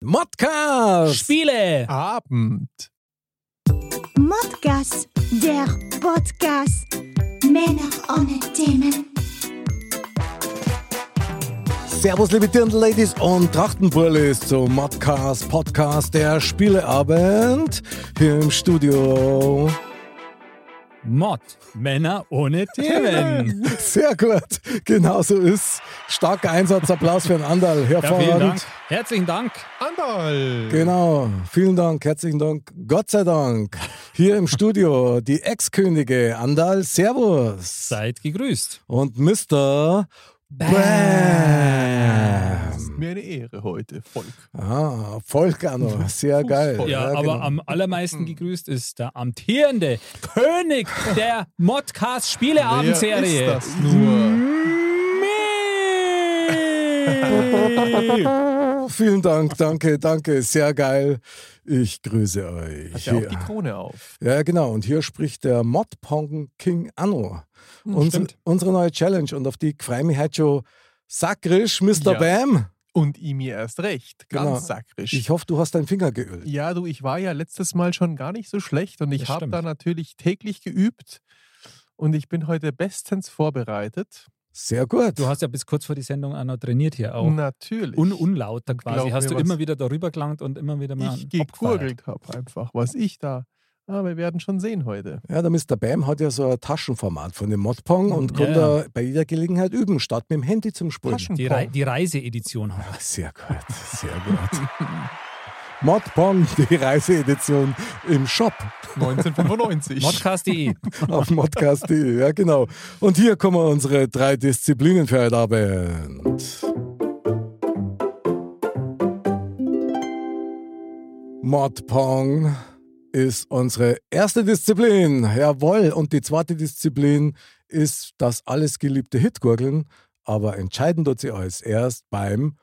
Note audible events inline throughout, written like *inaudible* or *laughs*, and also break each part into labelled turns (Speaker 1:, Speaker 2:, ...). Speaker 1: Modcast!
Speaker 2: Spiele!
Speaker 3: Ah.
Speaker 1: Abend.
Speaker 4: Modcast, der Podcast. Männer ohne Themen.
Speaker 1: Servus, liebe Dirndl-Ladies und Trachtenburlis zum Modcast, Podcast der Spieleabend hier im Studio.
Speaker 2: Mod. Männer ohne
Speaker 3: *laughs*
Speaker 2: Themen.
Speaker 1: Sehr gut, genau so ist. Starker Einsatz, Applaus für den Andal,
Speaker 2: Ja, vielen Dank.
Speaker 1: hervorragend.
Speaker 2: Herzlichen Dank.
Speaker 3: Andal!
Speaker 1: Genau, vielen Dank, herzlichen Dank, Gott sei Dank. Hier im Studio die Ex-Könige Andal, Servus.
Speaker 2: Seid gegrüßt.
Speaker 1: Und Mr. Bam.
Speaker 3: Mir eine Ehre heute, Volk.
Speaker 1: Ah, Volcano, sehr geil.
Speaker 3: Fußball.
Speaker 1: Ja,
Speaker 2: Ja, aber
Speaker 1: genau.
Speaker 2: am
Speaker 3: Hm.
Speaker 2: allermeisten gegrüßt ist der amtierende König der Modcast Spieleabendserie.
Speaker 3: Wer ist das
Speaker 1: Mhm.
Speaker 3: nur?
Speaker 1: Oh, vielen Dank, danke, danke, sehr geil. Ich grüße euch.
Speaker 3: Hat ja auch die
Speaker 1: Ja.
Speaker 3: Krone auf.
Speaker 1: Ja, genau. Und hier spricht der Modpong King Anno.
Speaker 3: Hm,
Speaker 1: Unsere,
Speaker 2: stimmt.
Speaker 1: unsere neue Challenge und auf die freue ich mich heute schon sakrisch, Mr.
Speaker 3: Ja.
Speaker 1: Bam.
Speaker 3: Und Imi erst recht. Ganz
Speaker 1: Genau.
Speaker 3: sakrisch.
Speaker 1: Ich hoffe, du hast deinen Finger geölt.
Speaker 3: ja, du, ich war ja letztes Mal schon gar nicht so schlecht und ich
Speaker 2: Das
Speaker 3: habe
Speaker 2: stimmt.
Speaker 3: da natürlich täglich geübt und ich bin heute bestens vorbereitet.
Speaker 1: Sehr gut.
Speaker 2: Du hast ja bis kurz vor die Sendung auch noch trainiert hier auch.
Speaker 3: Natürlich.
Speaker 2: Un unlauter quasi.
Speaker 3: Glaub
Speaker 2: Hast
Speaker 3: mir
Speaker 2: du
Speaker 3: was.
Speaker 2: immer wieder darüber gelangt und immer wieder mal
Speaker 3: ich
Speaker 2: abgefeiert.
Speaker 3: gegurgelt habe einfach, was ich da. Ah, wir werden schon sehen heute.
Speaker 1: ja, der Mr. Bam hat ja so ein Taschenformat von dem Modpong und
Speaker 2: Ja,
Speaker 1: kann da bei jeder Gelegenheit üben, statt mit dem Handy zum Springen.
Speaker 3: Taschen-
Speaker 2: halt. Die, Rei die
Speaker 3: *laughs*
Speaker 2: Reiseedition.
Speaker 1: Ah, Sehr gut, sehr gut. Modpong, die Reiseedition im Shop
Speaker 3: 1995. *laughs*
Speaker 2: Modcast.de.
Speaker 1: auf modcast.de. Ja, genau. Und hier kommen unsere drei Disziplinen für heute Abend. Modpong ist unsere erste Disziplin. Jawohl. Und die zweite Disziplin ist das alles geliebte Hitgurgeln. Aber entscheiden tut sie alles erst beim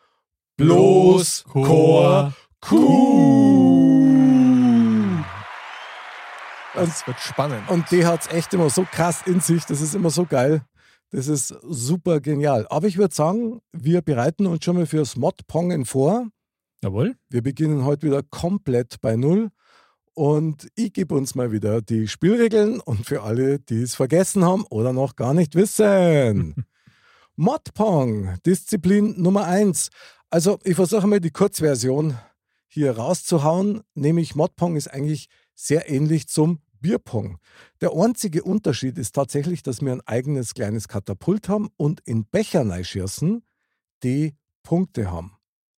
Speaker 1: Bloßchor Kuh.
Speaker 3: Das wird spannend.
Speaker 1: Und die hat es echt immer so krass in sich. Das ist immer so geil. Das ist super genial. Aber ich würde sagen, wir bereiten uns schon mal fürs Modpongen vor.
Speaker 2: Jawohl.
Speaker 1: Wir beginnen heute wieder komplett bei Null. Und ich gebe uns mal wieder die Spielregeln und für alle, die es vergessen haben oder noch gar nicht wissen. Modpong, Disziplin Nummer 1. Also ich versuche mal die Kurzversion hier rauszuhauen, nämlich Modpong ist eigentlich sehr ähnlich zum Bierpong. Der einzige Unterschied ist tatsächlich, dass wir ein eigenes kleines Katapult haben und in Becher schießen, die Punkte haben.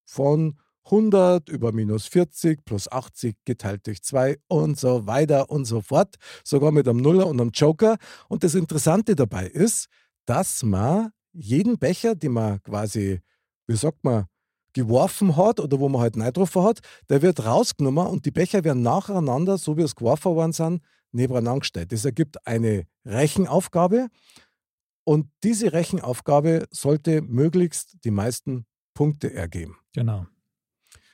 Speaker 1: Von 100 über minus 40 plus 80 geteilt durch 2 und so weiter und so fort, sogar mit einem Nuller und einem Joker. Und das Interessante dabei ist, dass man jeden Becher, den man quasi, wie sagt man, geworfen hat oder wo man halt Neid getroffen hat, der wird rausgenommen und die Becher werden nacheinander, so wie es geworfen worden sind, nebeneinander gestellt. Das ergibt eine Rechenaufgabe und diese Rechenaufgabe sollte möglichst die meisten Punkte ergeben.
Speaker 2: Genau.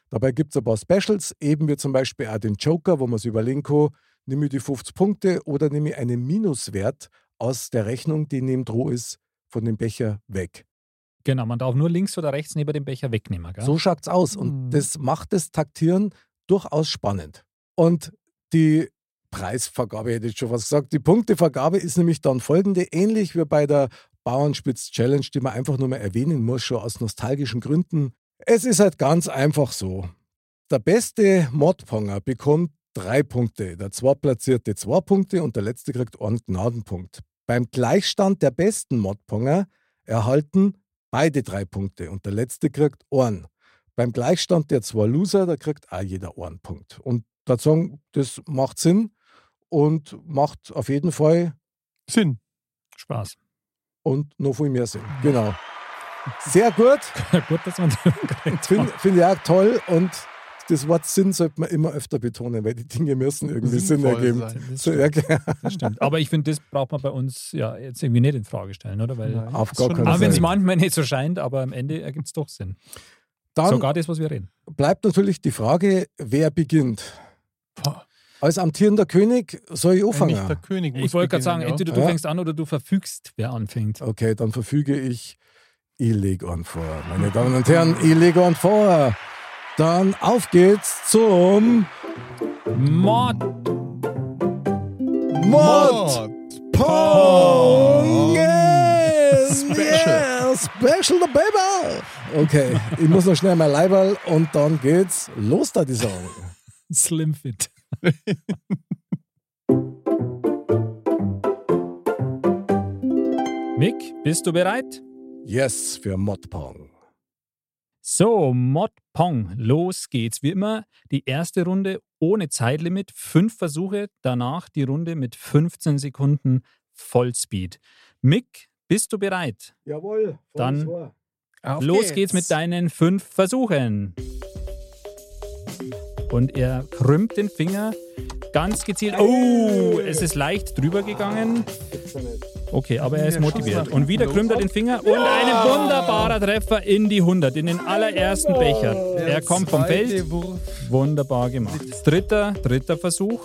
Speaker 1: Dabei gibt es ein paar Specials, eben wie zum Beispiel auch den Joker, wo man sich überlegen kann, nehme ich die 50 Punkte oder nehme ich einen Minuswert aus der Rechnung, die neben Droh ist, von dem Becher weg.
Speaker 2: Genau, man darf nur links oder rechts neben dem Becher wegnehmen. Gell?
Speaker 1: So schaut's aus. Und
Speaker 3: Mhm.
Speaker 1: das macht das Taktieren durchaus spannend. Und die Preisvergabe, hätte ich schon was gesagt. Die Punktevergabe ist nämlich dann folgende, ähnlich wie bei der Bauernspitz-Challenge, die man einfach nur mal erwähnen muss, schon aus nostalgischen Gründen. Es ist halt ganz einfach so. Der beste Modponger bekommt drei Punkte, der Zweitplatzierte zwei Punkte und der Letzte kriegt einen Gnadenpunkt. Beim Gleichstand der besten Modponger erhalten beide drei Punkte und der letzte kriegt einen. Beim Gleichstand der zwei Loser, da kriegt auch jeder einen Punkt. Und dazu, das macht Sinn und macht auf jeden Fall
Speaker 3: Sinn.
Speaker 2: *laughs*
Speaker 5: Spaß.
Speaker 1: und noch viel mehr Sinn. Genau. Sehr gut.
Speaker 5: Gut, dass
Speaker 3: *laughs*
Speaker 2: *laughs*
Speaker 5: man
Speaker 1: Finde find ich auch toll. Und das Wort Sinn sollte man immer öfter betonen, weil die Dinge müssen irgendwie Sinn
Speaker 3: Sinnvoll
Speaker 1: ergeben.
Speaker 3: sein.
Speaker 1: So, ja, klar.
Speaker 5: Das stimmt. Aber ich finde, das braucht man bei uns ja jetzt irgendwie nicht in Frage stellen, oder? Weil,
Speaker 3: Nein,
Speaker 1: Auf
Speaker 3: ist
Speaker 1: gar
Speaker 3: schon
Speaker 1: keinen
Speaker 3: mal
Speaker 5: auch wenn es
Speaker 1: sein.
Speaker 5: manchmal nicht so scheint, aber am Ende ergibt es doch Sinn.
Speaker 1: Dann
Speaker 5: Sogar das, was wir reden.
Speaker 1: bleibt natürlich die Frage, wer beginnt?
Speaker 3: Boah,
Speaker 1: Als amtierender König soll ich
Speaker 3: ein nicht der
Speaker 1: anfangen.
Speaker 3: König muss
Speaker 5: Ich wollte gerade
Speaker 3: beginnen,
Speaker 5: sagen,
Speaker 3: ja.
Speaker 5: entweder du
Speaker 1: Ja. Oh.
Speaker 5: fängst an oder du verfügst, wer anfängt.
Speaker 1: Okay, dann verfüge ich, ich lege an vor.
Speaker 5: *laughs*
Speaker 1: Meine Damen und Herren, ich lege an vor. Dann auf geht's zum
Speaker 5: Mord!
Speaker 1: Mord. Pong! Yes! Yeah, special the baby! Okay, ich muss noch schnell mein Leiberl und dann geht's los da, die Song.
Speaker 5: Slim Fit. Mick, bist du bereit?
Speaker 1: Yes, für Modpong.
Speaker 5: So, Mod Pong, los geht's. Wie immer, die erste Runde ohne Zeitlimit, fünf Versuche, danach die Runde mit 15 Sekunden Vollspeed. Mick, bist du bereit?
Speaker 1: Jawohl.
Speaker 5: Dann-
Speaker 3: Auf
Speaker 5: Los geht's. mit deinen fünf Versuchen. Und er krümmt den Finger ganz gezielt. Oh, es ist leicht drüber gegangen. Okay, aber er ist motiviert. Und wieder krümmt er den Finger und ein wunderbarer Treffer in die 100, in den allerersten Becher. Er kommt vom Feld.
Speaker 3: Zweite Wurf.
Speaker 5: Wunderbar gemacht. Dritter, dritter Versuch.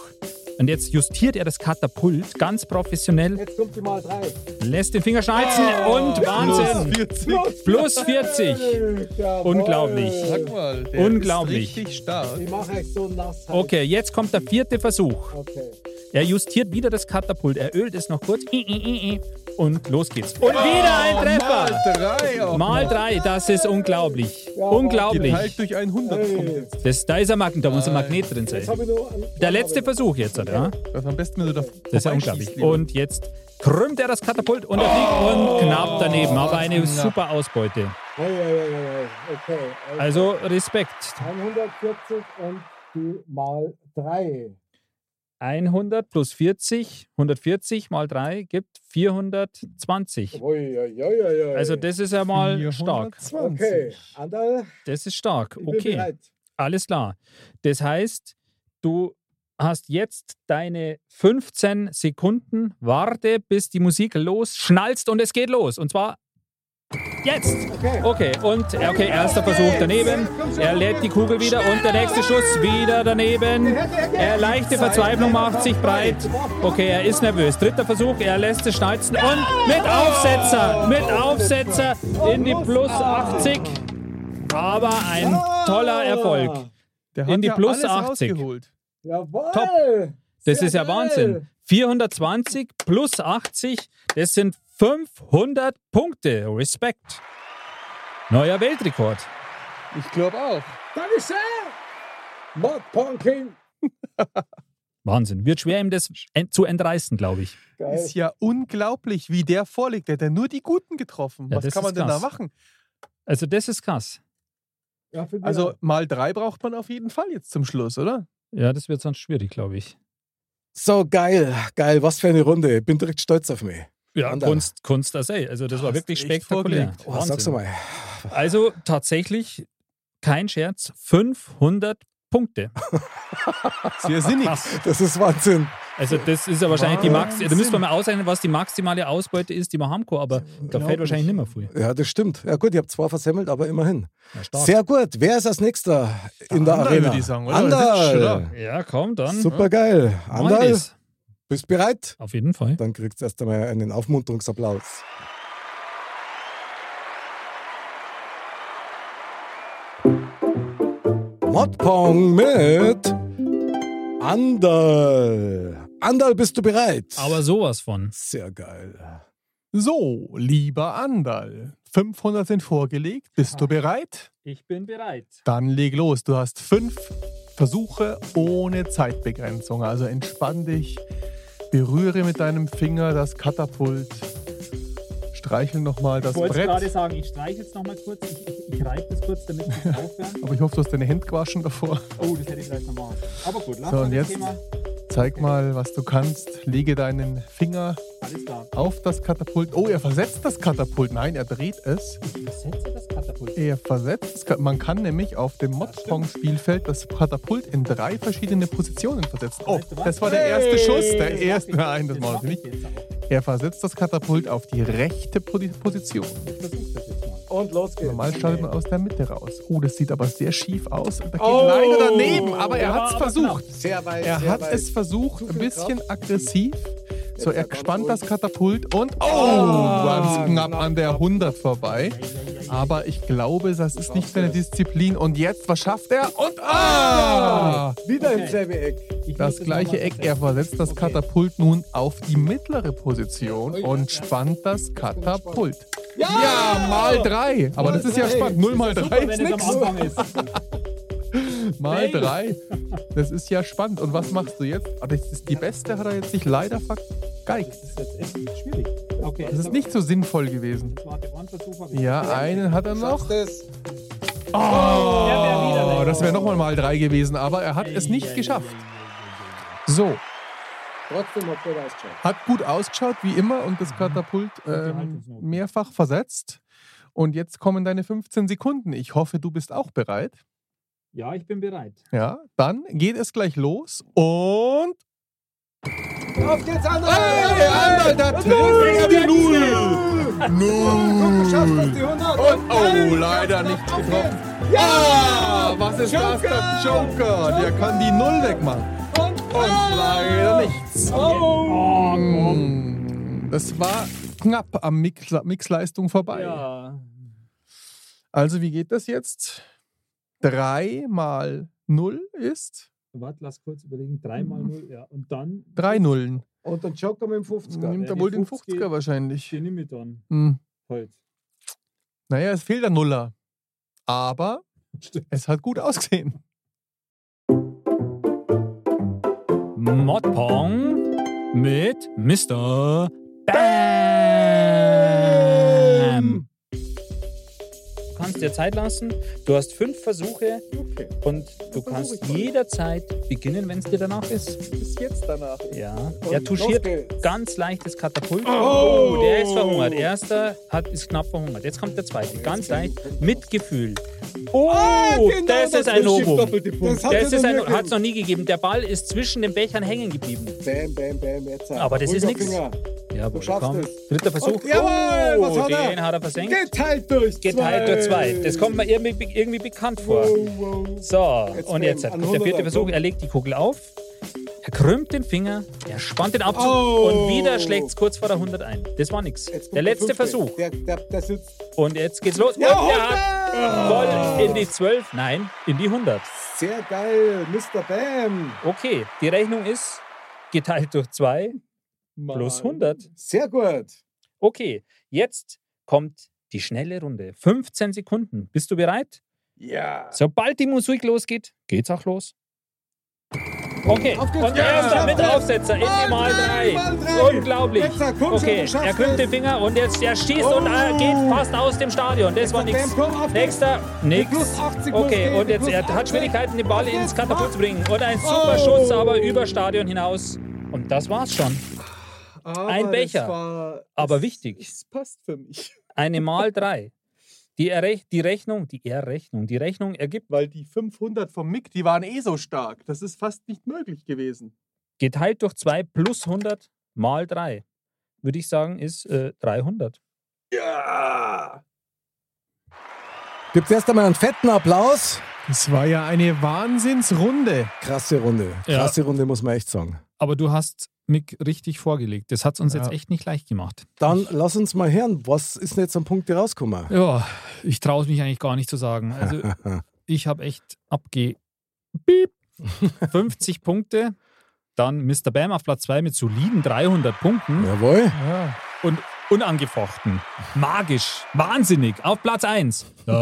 Speaker 5: Und jetzt justiert er das Katapult ganz professionell,
Speaker 1: Jetzt kommt die mal drei.
Speaker 5: lässt den Finger schnalzen und Wahnsinn!
Speaker 3: 40.
Speaker 5: Plus 40! Unglaublich.
Speaker 3: Sag mal, der
Speaker 5: Unglaublich.
Speaker 3: ist richtig stark.
Speaker 1: Ich mache euch so nass.
Speaker 5: Okay, jetzt kommt der vierte Versuch.
Speaker 1: Okay.
Speaker 5: Er justiert wieder das Katapult. Er ölt es noch kurz. I, i, i, i. Und los geht's. Und wieder ein Treffer.
Speaker 3: Mal drei auch
Speaker 5: Mal
Speaker 3: noch.
Speaker 5: drei. Das ist unglaublich. Unglaublich.
Speaker 3: Geteilt durch 100 kommt jetzt.
Speaker 5: Das, da ist ein Magnet. Da muss ein Magnet drin sein. Der letzte Versuch jetzt, oder?
Speaker 3: Das ist am besten, wenn du da
Speaker 5: Das ist ja
Speaker 3: vorbeischießt,
Speaker 5: unglaublich.
Speaker 3: lieber. Oh.
Speaker 5: Und jetzt krümmt er das Katapult und er fliegt und knapp daneben. Aber eine super Ausbeute.
Speaker 1: Okay,
Speaker 5: Also Respekt.
Speaker 1: 140 und die mal drei.
Speaker 5: 100 plus 40, 140 mal 3 gibt 420. Also das ist ja mal stark.
Speaker 3: 420.
Speaker 1: Andal,
Speaker 5: Das ist stark. Okay, alles klar. Das heißt, du hast jetzt deine 15 Sekunden. Warte, bis die Musik los schnallst und es geht los. Und zwar jetzt. Okay, und okay, erster Versuch daneben. Er lädt die Kugel wieder und der nächste Schuss wieder daneben. Er leichte Verzweiflung macht sich breit. Okay, er ist nervös. Dritter Versuch, er lässt es schnalzen und mit Aufsetzer, mit Aufsetzer in die plus 80. Aber ein toller Erfolg.
Speaker 3: Der
Speaker 5: in
Speaker 3: hat
Speaker 5: die
Speaker 3: ja
Speaker 5: plus
Speaker 3: alles
Speaker 5: 80.
Speaker 3: rausgeholt.
Speaker 1: Jawohl!
Speaker 5: Das
Speaker 1: Sehr
Speaker 5: ist ja
Speaker 1: geil.
Speaker 5: Wahnsinn. 420 plus 80, das sind 500 Punkte. Respekt. Neuer Weltrekord.
Speaker 3: Ich glaube auch.
Speaker 1: Dankeschön! Mod Ponking!
Speaker 5: Wahnsinn. Wird schwer, ihm das en- zu entreißen, glaube ich.
Speaker 1: Geil.
Speaker 3: Ist ja unglaublich, wie der vorlegt. Der hat ja nur die Guten getroffen.
Speaker 5: Ja, das
Speaker 3: Was kann man
Speaker 5: ist
Speaker 3: denn da
Speaker 5: krass.
Speaker 3: machen?
Speaker 5: Also, das ist krass.
Speaker 1: Ja, finde ich
Speaker 3: Also
Speaker 1: auch.
Speaker 3: mal drei braucht man auf jeden Fall jetzt zum Schluss, oder?
Speaker 5: Ja, das wird sonst schwierig, glaube ich.
Speaker 1: so geil, geil, was für eine Runde. Ich bin direkt stolz auf mich.
Speaker 5: Ja,
Speaker 1: Andere.
Speaker 5: Kunst, Kunst als ey. Also, das war
Speaker 3: hast
Speaker 5: wirklich
Speaker 3: echt
Speaker 5: spektakulär.
Speaker 3: vorgelegt.
Speaker 1: Oh, sag's
Speaker 5: Wahnsinn.
Speaker 1: mal.
Speaker 5: Also, tatsächlich, kein Scherz, 500 Punkte. Ah,
Speaker 3: Sehr sinnig.
Speaker 1: Das ist Wahnsinn.
Speaker 5: Also, das ist ja wahrscheinlich die Max. Da müssen wir mal ausrechnen, was die maximale Ausbeute ist, die wir haben können, aber da fällt wahrscheinlich nicht mehr viel.
Speaker 1: Ja, das stimmt. Ja, gut, ich habe zwar versemmelt, aber immerhin.
Speaker 5: Ja, stark.
Speaker 1: Sehr gut. Wer ist als nächster in der
Speaker 3: Anderl,
Speaker 1: Arena?
Speaker 3: würde ich sagen, oder? Das ist schon
Speaker 1: Anderl.
Speaker 3: da. Mhm.
Speaker 5: Ja, komm, dann.
Speaker 1: Super geil.
Speaker 5: Machen wir
Speaker 1: Anderl,
Speaker 5: das.
Speaker 1: bist bereit?
Speaker 5: Auf jeden Fall.
Speaker 1: Dann kriegst du erst einmal einen Aufmunterungsapplaus. Modpong mit Andal. Andal, bist du bereit?
Speaker 5: Aber sowas von.
Speaker 1: Sehr geil.
Speaker 3: So, lieber Andal. 500 sind vorgelegt. Bist
Speaker 5: Ah.
Speaker 3: du bereit?
Speaker 5: Ich bin bereit.
Speaker 3: Dann leg los. Du hast fünf Versuche ohne Zeitbegrenzung. Also entspann dich. Berühre mit deinem Finger das Katapult. Streichel nochmal das Brett.
Speaker 5: sagen, ich streiche jetzt nochmal kurz. Ich, ich, reiche das kurz, damit ich aufhören.
Speaker 3: *laughs* Aber ich hoffe, du hast deine Hände gewaschen davor.
Speaker 5: Oh, das hätte ich vielleicht noch machen. Aber gut, lass
Speaker 3: So, und jetzt Zeig mal, was du kannst. Lege deinen Finger
Speaker 5: Alles klar.
Speaker 3: auf das Katapult. Oh, er versetzt das Katapult. Nein, er dreht es.
Speaker 5: Setze das Katapult.
Speaker 3: Er versetzt das Kat- Man kann nämlich auf dem Modpong-Spielfeld das Katapult in drei verschiedene Positionen versetzen. Oh,
Speaker 5: Weißt du was?
Speaker 3: das war der erste Schuss. Der erste. Nein, das
Speaker 5: mache
Speaker 3: machen wir nicht. Er versetzt das Katapult auf die rechte Po- Position.
Speaker 1: Und los geht's.
Speaker 3: Normal schaltet man aus der Mitte raus. Oh, das sieht aber sehr schief aus. Da geht
Speaker 1: Oh!
Speaker 3: leider daneben, aber er
Speaker 5: Ja,
Speaker 3: hat es
Speaker 5: aber
Speaker 3: versucht.
Speaker 1: Sehr weit.
Speaker 3: Er
Speaker 1: sehr
Speaker 3: hat
Speaker 1: weit.
Speaker 3: es versucht, ein
Speaker 1: viel
Speaker 3: bisschen aggressiv. So,
Speaker 1: Jetzt
Speaker 3: er
Speaker 1: hat er
Speaker 3: spannt
Speaker 1: Puls.
Speaker 3: das Katapult und oh,
Speaker 1: Ah,
Speaker 3: ganz knapp
Speaker 1: knapp
Speaker 3: an der 100 vorbei. Aber ich glaube, das ist nicht seine Disziplin. Und jetzt, was schafft er? Und ah!
Speaker 1: Wieder im selben Eck.
Speaker 3: Das gleiche Eck, er versetzt das Katapult nun auf die mittlere Position und spannt das Katapult. Ja, mal drei. Aber das ist ja
Speaker 1: drei.
Speaker 3: spannend. Null mal drei ist
Speaker 5: Wenn es am
Speaker 3: nix.
Speaker 5: Anfang ist.
Speaker 3: Mal
Speaker 5: Bang.
Speaker 3: drei. Das ist ja spannend. Und was machst du jetzt? Ah, Das ist die beste hat er jetzt sich leider vergeigt.
Speaker 5: Das ist jetzt echt schwierig. Okay. also
Speaker 3: Das ist nicht so sinnvoll gewesen.
Speaker 5: Warte, einen Versuch habe ich.
Speaker 3: Ja, einen hat er noch.
Speaker 1: Schafft es.
Speaker 3: Oh, das wäre nochmal mal drei gewesen, aber er hat es nicht geschafft. So,
Speaker 1: Trotzdem hat er ausgeschaut.
Speaker 3: hat gut ausgeschaut, wie immer, und
Speaker 5: Mhm.
Speaker 3: das Katapult ähm,
Speaker 5: Haltungsnoten.
Speaker 3: mehrfach versetzt. Und jetzt kommen deine 15 Sekunden. Ich hoffe, du bist auch bereit.
Speaker 5: Ja, ich bin bereit.
Speaker 3: Ja, dann geht es gleich los und
Speaker 1: Auf geht's,
Speaker 3: Hey, Anderl, da trifft er die Null.
Speaker 1: Du schaffst das,
Speaker 3: Null.
Speaker 1: *laughs* die 100.
Speaker 3: Und oh,
Speaker 1: Hey,
Speaker 3: leider
Speaker 1: ganz
Speaker 3: nicht
Speaker 1: knapp, auf
Speaker 3: getroffen.
Speaker 1: geht's.
Speaker 3: Ja, was ist
Speaker 1: Joker!
Speaker 3: das? Der Joker. Der kann die Null wegmachen. Und, leider nichts.
Speaker 1: Oh!
Speaker 3: Mm, Das war knapp am Mix Mixleistung vorbei.
Speaker 5: Ja.
Speaker 3: Also wie geht das jetzt? Drei mal Null ist
Speaker 5: Warte, lass kurz überlegen. 3 mal 0, ja. Und dann.
Speaker 3: drei Nullen.
Speaker 1: Und dann Joker mit dem 50er.
Speaker 3: Nimmt
Speaker 5: Wenn
Speaker 3: er
Speaker 5: die
Speaker 3: wohl den
Speaker 5: 50
Speaker 3: 50er wahrscheinlich.
Speaker 5: Die nehme ich dann
Speaker 3: Hm.
Speaker 5: heute.
Speaker 3: Naja, es fehlt der Nuller. Aber *laughs*
Speaker 5: Stimmt.
Speaker 3: es hat gut ausgesehen.
Speaker 5: Modpong mit Mr. Bam. Du kannst dir Zeit lassen. Du hast fünf Versuche
Speaker 1: Okay.
Speaker 5: und du kannst jederzeit beginnen, wenn es dir danach ist.
Speaker 1: Bis jetzt danach.
Speaker 5: Ja.
Speaker 1: Und
Speaker 5: Er touchiert
Speaker 1: los geht's.
Speaker 5: ganz leicht das Katapult. Oh, der ist verhungert. Erster hat, ist knapp verhungert. Jetzt kommt der zweite. Ganz leicht. Mit Gefühl. Oh,
Speaker 1: Ah,
Speaker 5: das ist ein Novum.
Speaker 1: Das hat
Speaker 5: Das
Speaker 1: er
Speaker 5: ist
Speaker 1: noch
Speaker 5: ein,
Speaker 1: nie
Speaker 5: hat's noch nie gegeben. Der Ball ist zwischen den Bechern hängen geblieben.
Speaker 1: Bam, bam, bam, jetzt.
Speaker 5: Aber das ist nix.
Speaker 1: Finger.
Speaker 5: Ja,
Speaker 1: schaffst
Speaker 5: komm.
Speaker 1: es.
Speaker 5: Dritter Versuch. Oh,
Speaker 1: Und jawohl, was hat er?
Speaker 5: den hat er versenkt.
Speaker 1: Geteilt durch zwei.
Speaker 5: Geteilt durch zwei. Das kommt mir irgendwie, irgendwie bekannt vor.
Speaker 1: Wow, wow.
Speaker 5: So,
Speaker 1: Jetzt
Speaker 5: und
Speaker 1: bam,
Speaker 5: jetzt
Speaker 1: an
Speaker 5: kommt der vierte
Speaker 1: 100er,
Speaker 5: Versuch.
Speaker 1: komm.
Speaker 5: Er legt die Kugel auf. Er krümmt den Finger. Er spannt den Abzug.
Speaker 1: Oh.
Speaker 5: Und wieder schlägt es kurz vor der 100 ein. Das war nix.
Speaker 1: Jetzt kommt
Speaker 5: Der letzte
Speaker 1: 50.
Speaker 5: Versuch.
Speaker 1: Der, der, der sitzt
Speaker 5: Und jetzt geht's los.
Speaker 1: Ja,
Speaker 5: und er hat
Speaker 1: 100.
Speaker 5: voll in die 12. Nein, in die 100.
Speaker 1: sehr geil. Mr. Bam.
Speaker 5: Okay, die Rechnung ist geteilt durch zwei plus 100.
Speaker 1: Sehr gut.
Speaker 5: Okay, jetzt kommt die schnelle Runde. 15 Sekunden. Bist du bereit?
Speaker 1: Ja.
Speaker 5: Sobald die Musik losgeht, geht's auch los. Okay,
Speaker 1: Auf geht's.
Speaker 5: und
Speaker 1: Ja,
Speaker 5: erster
Speaker 1: schafft
Speaker 5: mit
Speaker 1: es.
Speaker 5: Aufsetzer in die
Speaker 1: Mal
Speaker 5: Mal
Speaker 1: drei,
Speaker 5: 3.
Speaker 1: mal drei.
Speaker 5: Unglaublich.
Speaker 1: Jetzt, komm schon,
Speaker 5: Okay,
Speaker 1: du schaffst
Speaker 5: er krümmt
Speaker 1: es.
Speaker 5: den Finger und jetzt er schießt und er
Speaker 1: Oh.
Speaker 5: geht fast aus dem Stadion. Das war
Speaker 1: Bam,
Speaker 5: nichts.
Speaker 1: komm, auf geht's.
Speaker 5: Nächster,
Speaker 1: plus
Speaker 5: nix.
Speaker 1: 80 muss
Speaker 5: Okay,
Speaker 1: gehen,
Speaker 5: und jetzt
Speaker 1: plus
Speaker 5: er hat
Speaker 1: 80.
Speaker 5: Schwierigkeiten, den Ball
Speaker 1: Auf
Speaker 5: ins
Speaker 1: geht's,
Speaker 5: Katapult
Speaker 1: mach.
Speaker 5: zu bringen. Und ein
Speaker 1: Oh.
Speaker 5: super Schuss, aber über Stadion hinaus. Und das war's schon.
Speaker 1: Aber
Speaker 5: Ein Becher.
Speaker 1: das War,
Speaker 5: Aber
Speaker 1: es-
Speaker 5: wichtig.
Speaker 1: Es passt für mich.
Speaker 5: Eine mal drei. Die, Errech die Rechnung, die Errechnung, die Rechnung ergibt
Speaker 3: Weil die 500 vom Mick, die waren eh so stark. Das ist fast nicht möglich gewesen.
Speaker 5: geteilt halt durch 2 plus 100 mal 3, würde ich sagen, ist äh, 300.
Speaker 3: Ja!
Speaker 1: Gibt's erst einmal einen fetten Applaus.
Speaker 3: Das war ja eine Wahnsinnsrunde.
Speaker 1: Krasse Runde.
Speaker 6: Ja.
Speaker 1: Krasse Runde, muss man echt sagen.
Speaker 6: Aber du hast Mick richtig vorgelegt. Das hat es uns
Speaker 3: Ja.
Speaker 6: jetzt echt nicht leicht gemacht.
Speaker 1: Dann lass uns mal hören, was ist denn jetzt am Punkt rausgekommen?
Speaker 6: Ja, ich traue es mich eigentlich gar nicht zu sagen. *laughs* Also ich habe echt abge... Piep. *laughs* 50 Punkte. Dann Mr. Bam auf Platz 2 mit soliden 300 Punkten
Speaker 1: Jawohl.
Speaker 3: Ja.
Speaker 6: und unangefochten. Magisch. Wahnsinnig. Auf Platz 1. Mick.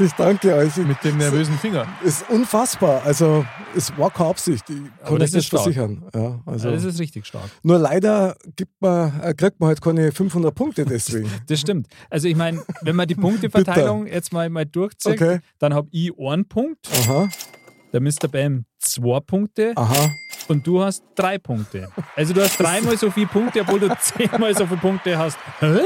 Speaker 1: Ich danke euch.
Speaker 3: Mit dem nervösen Finger.
Speaker 1: Ist unfassbar. Also, es war keine Absicht. Ich kann
Speaker 6: Aber das
Speaker 1: euch das
Speaker 6: ist stark.
Speaker 1: versichern. Ja, also.
Speaker 6: Das ist richtig stark.
Speaker 1: Nur leider gibt man, äh, kriegt man halt keine 500 Punkte deswegen.
Speaker 6: Das stimmt. Also ich meine, wenn man die Punkteverteilung jetzt mal, mal durchzieht,
Speaker 1: Okay.
Speaker 6: dann habe ich einen Punkt.
Speaker 1: Aha.
Speaker 5: Der Mr. Bam zwei Punkte
Speaker 1: Aha.
Speaker 5: und du hast drei Punkte. Also du hast dreimal so viele Punkte, obwohl
Speaker 1: *laughs*
Speaker 5: du zehnmal so viele Punkte hast. Hä?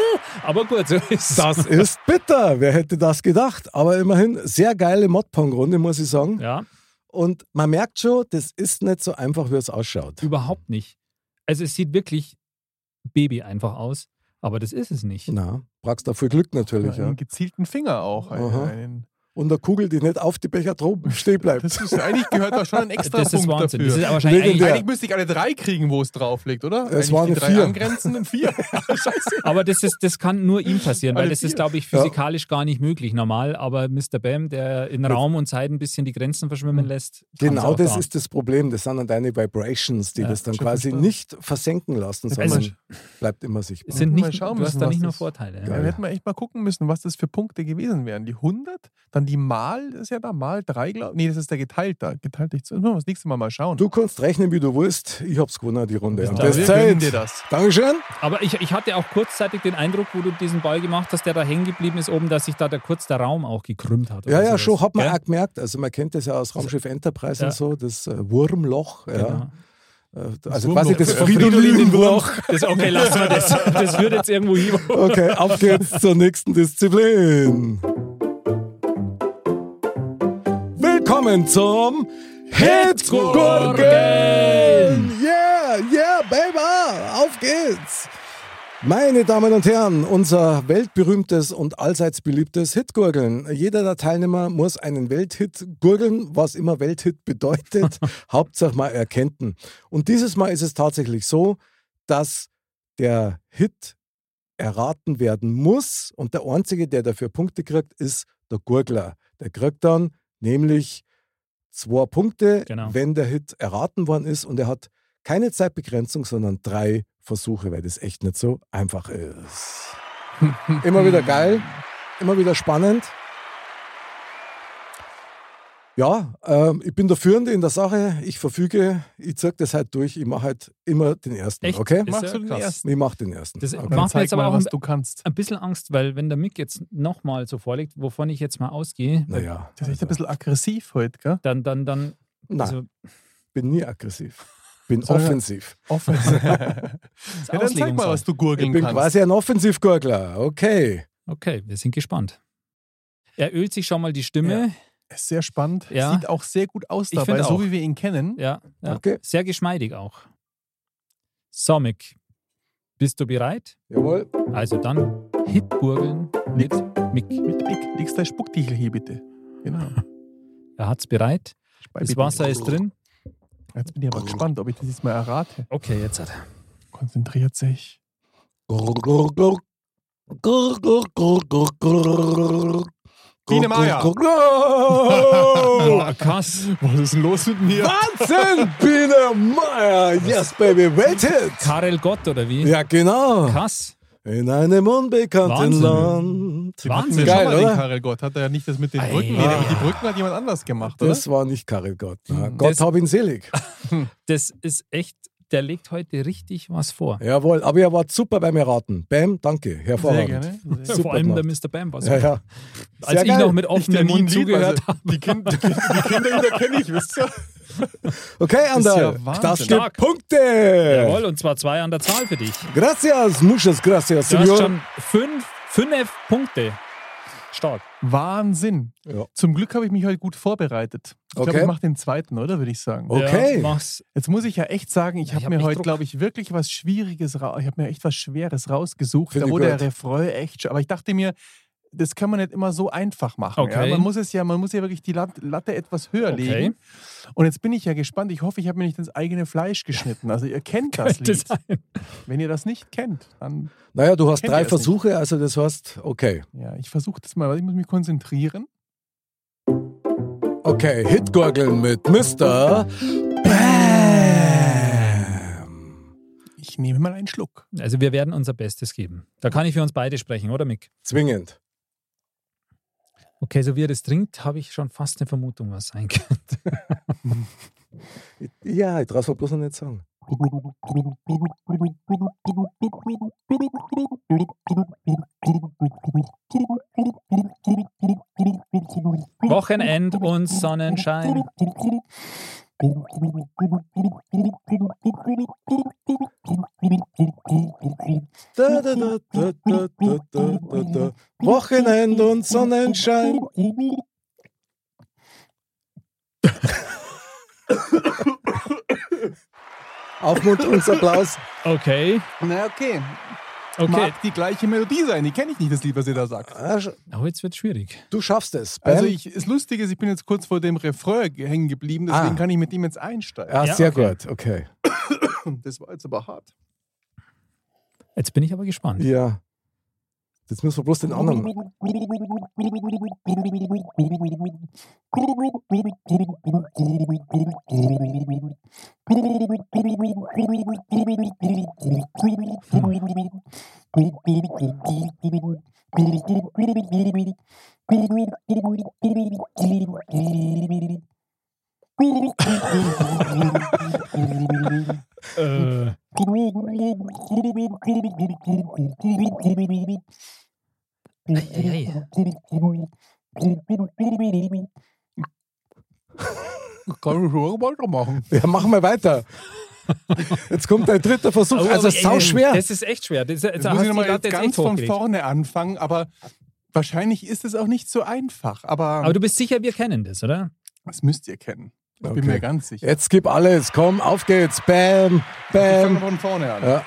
Speaker 5: Aber gut, so ist es.
Speaker 3: *laughs*
Speaker 1: Das ist bitter. Wer hätte das gedacht? Aber immerhin, sehr geile Modpong-Runde, muss ich sagen.
Speaker 5: Ja,
Speaker 1: Und man merkt schon, das ist nicht so einfach, wie es ausschaut.
Speaker 5: überhaupt nicht. Also es sieht wirklich Baby einfach aus, aber das ist es nicht.
Speaker 1: Na, brauchst da viel Glück natürlich. Ja.
Speaker 3: Einen gezielten Finger auch. Einen,
Speaker 1: Aha.
Speaker 3: einen,
Speaker 1: Und eine Kugel, die nicht auf die Becher
Speaker 3: *laughs*
Speaker 1: droben stehen bleibt.
Speaker 3: das ist, eigentlich gehört da schon ein extra
Speaker 5: Das ist
Speaker 3: Punkt
Speaker 5: Wahnsinn. Das
Speaker 3: dafür.
Speaker 5: ist aber wahrscheinlich
Speaker 1: Legendär.
Speaker 5: eigentlich-
Speaker 3: eigentlich müsste ich alle drei kriegen, wo es drauf liegt, oder?
Speaker 1: Es
Speaker 3: eigentlich
Speaker 1: waren
Speaker 3: die drei
Speaker 1: vier. *laughs*
Speaker 3: angrenzenden vier. Scheiße.
Speaker 5: aber das, ist, das kann nur ihm passieren, weil
Speaker 3: Alle
Speaker 5: das
Speaker 3: vier.
Speaker 5: ist, glaube ich,
Speaker 1: Ja.
Speaker 5: physikalisch gar nicht möglich normal. Aber Mr. Bam, der in Raum und Zeit ein bisschen die Grenzen verschwimmen lässt. kann's
Speaker 1: Genau
Speaker 5: auch
Speaker 1: das
Speaker 5: da.
Speaker 1: ist das Problem. Das sind dann deine Vibrations, die
Speaker 5: Ja,
Speaker 1: das dann
Speaker 3: schon
Speaker 1: quasi
Speaker 3: verstanden.
Speaker 1: nicht versenken lassen,
Speaker 3: Also-
Speaker 1: sondern bleibt immer sichtbar.
Speaker 5: Es sind
Speaker 3: Hätten wir
Speaker 5: nicht,
Speaker 3: schauen
Speaker 5: du hast
Speaker 3: müssen,
Speaker 5: da
Speaker 3: was
Speaker 5: nicht nur
Speaker 3: das-
Speaker 5: Vorteile.
Speaker 3: Ja,
Speaker 1: Geil.
Speaker 3: dann hätten wir echt mal gucken müssen, was das für Punkte gewesen wären. Die 100, dann die Mal, das ist ja da Mal 3, glaube ich. Nee, das ist der geteilt da. Geteilt nicht. Müssen wir das nächste Mal mal schauen.
Speaker 1: Du kannst rechnen, wie du willst. Ich hab's gewonnen, die Runde. Und
Speaker 5: da.
Speaker 1: das
Speaker 3: wir gönnen
Speaker 1: zählt.
Speaker 3: dir das.
Speaker 1: Dankeschön.
Speaker 5: Aber ich, ich hatte auch kurzzeitig den Eindruck, wo du diesen Ball gemacht hast, der da hängen geblieben ist oben, dass sich da der, kurz der Raum auch gekrümmt hat.
Speaker 1: Ja,
Speaker 5: oder
Speaker 1: ja,
Speaker 5: sowas.
Speaker 1: schon hat man
Speaker 5: Gell?
Speaker 1: auch gemerkt. Also man kennt das ja aus Raumschiff Enterprise
Speaker 5: Ja.
Speaker 1: und so, das äh, Wurmloch. Ja. Äh, Also quasi das
Speaker 5: Fridolin-Wurm.
Speaker 1: Fridolin-Wurm.
Speaker 5: Das, okay, lassen
Speaker 1: *laughs*
Speaker 5: wir das. Das wird jetzt irgendwo hin.
Speaker 1: Okay, auf geht's zur nächsten Disziplin. Willkommen zum Hitzgurken! Yeah, yeah, baby! Auf geht's! Meine Damen und Herren, unser weltberühmtes und allseits beliebtes Hitgurgeln. Jeder der Teilnehmer muss einen Welthit gurgeln, was immer Welthit *laughs* bedeutet. Hauptsache mal erkennen. Und dieses Mal ist es tatsächlich so, dass der Hit erraten werden muss. Und der Einzige, der dafür Punkte kriegt, ist der Gurgler. Der kriegt dann nämlich zwei Punkte,
Speaker 5: Genau.
Speaker 1: wenn der Hit erraten worden ist. Und er hat keine Zeitbegrenzung, sondern drei Versuche, weil das echt nicht so einfach
Speaker 5: *laughs*
Speaker 1: ist. immer wieder geil, immer wieder spannend. Ja, ähm, ich bin der Führende in der Sache. Ich verfüge, ich zirk das halt durch. Ich mache halt immer den ersten,
Speaker 5: Echt?
Speaker 1: okay?
Speaker 5: Ist
Speaker 3: Machst
Speaker 5: ja
Speaker 3: du den
Speaker 5: krass.
Speaker 3: ersten?
Speaker 1: Ich mache den ersten.
Speaker 5: Das
Speaker 1: okay.
Speaker 3: Dann
Speaker 5: Mach mir
Speaker 3: zeig
Speaker 5: jetzt aber
Speaker 3: mal,
Speaker 5: auch
Speaker 3: was
Speaker 5: ein-
Speaker 3: du kannst.
Speaker 5: Ein bisschen Angst, weil wenn der Mick jetzt nochmal so vorlegt, wovon ich jetzt mal ausgehe,
Speaker 1: Naja,
Speaker 3: Das ist echt ein bisschen aggressiv heute, gell?
Speaker 5: dann, dann, dann,
Speaker 1: nein,
Speaker 5: also
Speaker 1: bin nie aggressiv. Bin
Speaker 3: Soll er-
Speaker 1: offensiv.
Speaker 3: Offen. ja,
Speaker 5: das
Speaker 3: dann zeig mal, was du
Speaker 1: Ich
Speaker 3: gurgeln
Speaker 1: bin
Speaker 3: kannst.
Speaker 1: quasi ein Offensivgurgler. Okay.
Speaker 5: Okay, wir sind gespannt. Er ölt sich schon mal die Stimme.
Speaker 3: Ist sehr spannend.
Speaker 5: Ja.
Speaker 3: Sieht auch sehr gut aus
Speaker 5: Ich
Speaker 3: dabei,
Speaker 5: find auch.
Speaker 3: so wie wir ihn kennen.
Speaker 5: Ja, ja.
Speaker 1: Danke.
Speaker 5: sehr geschmeidig auch. So, Mick, bist du bereit?
Speaker 1: Jawohl.
Speaker 5: Also dann Hitgurgeln mit Mick.
Speaker 3: Mit Blick, legst dein Spucktichel hier bitte. Genau.
Speaker 5: Er hat's bereit. Das
Speaker 3: Bitte.
Speaker 5: Wasser ist drin.
Speaker 3: Jetzt bin ich aber gespannt, ob ich das jetzt mal errate.
Speaker 5: Okay, jetzt hat er.
Speaker 3: Konzentriert sich. Biene Maya. *laughs*
Speaker 1: Wahnsinn,
Speaker 5: Boah, krass.
Speaker 3: Was ist denn los mit mir?
Speaker 1: Biene Meier. Yes, baby, wait it.
Speaker 5: Karel Gott oder wie?
Speaker 1: Ja, genau.
Speaker 5: Krass.
Speaker 1: In einem unbekannten
Speaker 5: Wahnsinn.
Speaker 1: Land.
Speaker 3: Die hatten
Speaker 5: Wahnsinn.
Speaker 3: wir schon
Speaker 1: Geil,
Speaker 3: mal den
Speaker 1: oder?
Speaker 3: Karel Gott. Hat er ja nicht das mit den
Speaker 5: Ei.
Speaker 3: Brücken? Nee, der mit die Brücken hat jemand anders gemacht, oder? Hm.
Speaker 1: Das war nicht Karel Gott. Na,
Speaker 5: Das-
Speaker 1: Gott hab ihn selig.
Speaker 5: Das ist echt, der legt heute richtig was vor.
Speaker 1: Jawohl, aber ihr wart super beim Erraten. Bam, danke.
Speaker 3: Sehr
Speaker 1: Hervorragend.
Speaker 3: gerne. Sehr
Speaker 1: Super
Speaker 5: Vor allem der
Speaker 1: gemacht.
Speaker 5: Mr. Bam war so.
Speaker 1: Ja, ja.
Speaker 5: Als
Speaker 1: Sehr
Speaker 5: ich
Speaker 1: geil.
Speaker 5: noch mit offenem
Speaker 3: nie ein
Speaker 5: Mund
Speaker 3: Lied,
Speaker 5: zugehört äh,
Speaker 3: also Die, kind, die, die Kinder wieder kenne ich, wisst ihr?
Speaker 1: Okay, Ander,
Speaker 3: ja Wahnsinn.
Speaker 1: das gibt
Speaker 5: Stark.
Speaker 1: Punkte.
Speaker 5: habe. Jawohl, und zwar zwei an der Zahl für dich.
Speaker 1: Gracias, muchas gracias,
Speaker 5: Du hast
Speaker 1: Senor.
Speaker 5: schon fünf, fünf Punkte. Stark.
Speaker 3: *laughs* Wahnsinn.
Speaker 1: Ja.
Speaker 3: Zum Glück habe ich mich heute gut vorbereitet. Ich glaube,
Speaker 1: Okay.
Speaker 3: ich mache den zweiten, oder? Würde ich sagen.
Speaker 1: Okay.
Speaker 5: Ja, mach's.
Speaker 3: Jetzt muss ich ja echt sagen, ich
Speaker 5: Ja, ich
Speaker 3: habe
Speaker 5: hab
Speaker 3: mir
Speaker 5: echt
Speaker 3: heute,
Speaker 5: Druck.
Speaker 3: glaube ich, wirklich was Schwieriges raus. Ich habe mir echt was Schweres rausgesucht.
Speaker 1: Finde
Speaker 3: da
Speaker 1: ich
Speaker 3: wurde
Speaker 1: gut.
Speaker 3: der Refrain echt. sch- Aber ich dachte mir, das kann man nicht immer so einfach machen.
Speaker 5: Okay.
Speaker 3: Ja? Man muss es ja, man muss ja wirklich die Lat- Latte etwas höher
Speaker 5: Okay.
Speaker 3: legen. Und jetzt bin ich ja gespannt. Ich hoffe, ich habe mir nicht ins eigene Fleisch geschnitten. Also ihr kennt *laughs* das Lied. Wenn ihr das nicht kennt, dann
Speaker 1: Naja, du hast
Speaker 3: Kennt
Speaker 1: drei
Speaker 3: ihr es nicht?
Speaker 1: Versuche, also das heißt, okay.
Speaker 3: ja, ich versuche das mal. Ich muss mich konzentrieren.
Speaker 1: Okay, Hitgurgeln mit Mr. Bam.
Speaker 3: Ich nehme mal einen Schluck.
Speaker 5: Also wir werden unser Bestes geben. Da kann ich für uns beide sprechen, oder Mick?
Speaker 1: Zwingend.
Speaker 5: Okay, so wie er das trinkt, habe ich schon fast eine Vermutung, was sein *laughs* könnte.
Speaker 1: Ja, ich traue mir bloß noch nicht sagen.
Speaker 4: Thank you.
Speaker 2: Wochenend und Sonnenschein.
Speaker 1: Da, da, da, da, da, da, da, da, da. Wochenend und
Speaker 3: *laughs*
Speaker 1: Sonnenschein. Aufmunterungsapplaus.
Speaker 5: Okay,
Speaker 3: Na, okay.
Speaker 5: okay.
Speaker 3: Mag die gleiche Melodie sein, die kenne ich nicht, das Lied, was ihr da sagt.
Speaker 1: Ah, sch-
Speaker 5: Oh, jetzt wird schwierig.
Speaker 1: Du schaffst es. Ben.
Speaker 3: Also ich, das Lustige ist, ich bin jetzt kurz vor dem Refrain ge- hängen geblieben, deswegen
Speaker 1: Ah.
Speaker 3: kann ich mit ihm jetzt einsteigen.
Speaker 1: ja,
Speaker 5: Ja,
Speaker 1: Ah, sehr
Speaker 5: okay.
Speaker 1: gut. Okay.
Speaker 3: Das war jetzt aber hart.
Speaker 5: Jetzt bin ich aber gespannt.
Speaker 1: Ja. Jetzt müssen wir bloß den anderen.
Speaker 5: *laughs* Äh,
Speaker 3: Kann ich schon weitermachen.
Speaker 1: Ja, machen wir weiter. Jetzt kommt dein dritter Versuch.
Speaker 5: oh,
Speaker 1: also
Speaker 5: aber,
Speaker 1: sau
Speaker 5: äh,
Speaker 1: schwer.
Speaker 5: Das ist echt schwer. Das, das
Speaker 3: Jetzt
Speaker 5: hast
Speaker 3: muss
Speaker 5: die
Speaker 3: ich nochmal
Speaker 5: Latte jetzt
Speaker 3: jetzt ganz
Speaker 5: echt
Speaker 3: von
Speaker 5: hochgelegt.
Speaker 3: vorne anfangen, aber wahrscheinlich ist es auch nicht so einfach. Aber,
Speaker 5: Aber du bist sicher, wir kennen das, oder?
Speaker 3: das müsst ihr kennen. Ich bin
Speaker 1: Okay.
Speaker 3: mir ganz sicher.
Speaker 1: Jetzt gib alles. Komm, auf geht's. Bam,
Speaker 3: Wir fangen
Speaker 1: bam.
Speaker 3: von vorne an.
Speaker 1: Ja.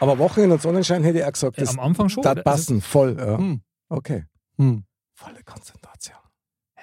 Speaker 1: Aber Wochenende und Sonnenschein hätte ich auch gesagt,
Speaker 5: Ja,
Speaker 1: das
Speaker 5: Äh, am Anfang schon.
Speaker 1: da
Speaker 5: oder? Also, Mhm.
Speaker 1: passen voll. Ja.
Speaker 3: Hm.
Speaker 1: Okay.
Speaker 3: Hm.
Speaker 1: Volle Konzentration.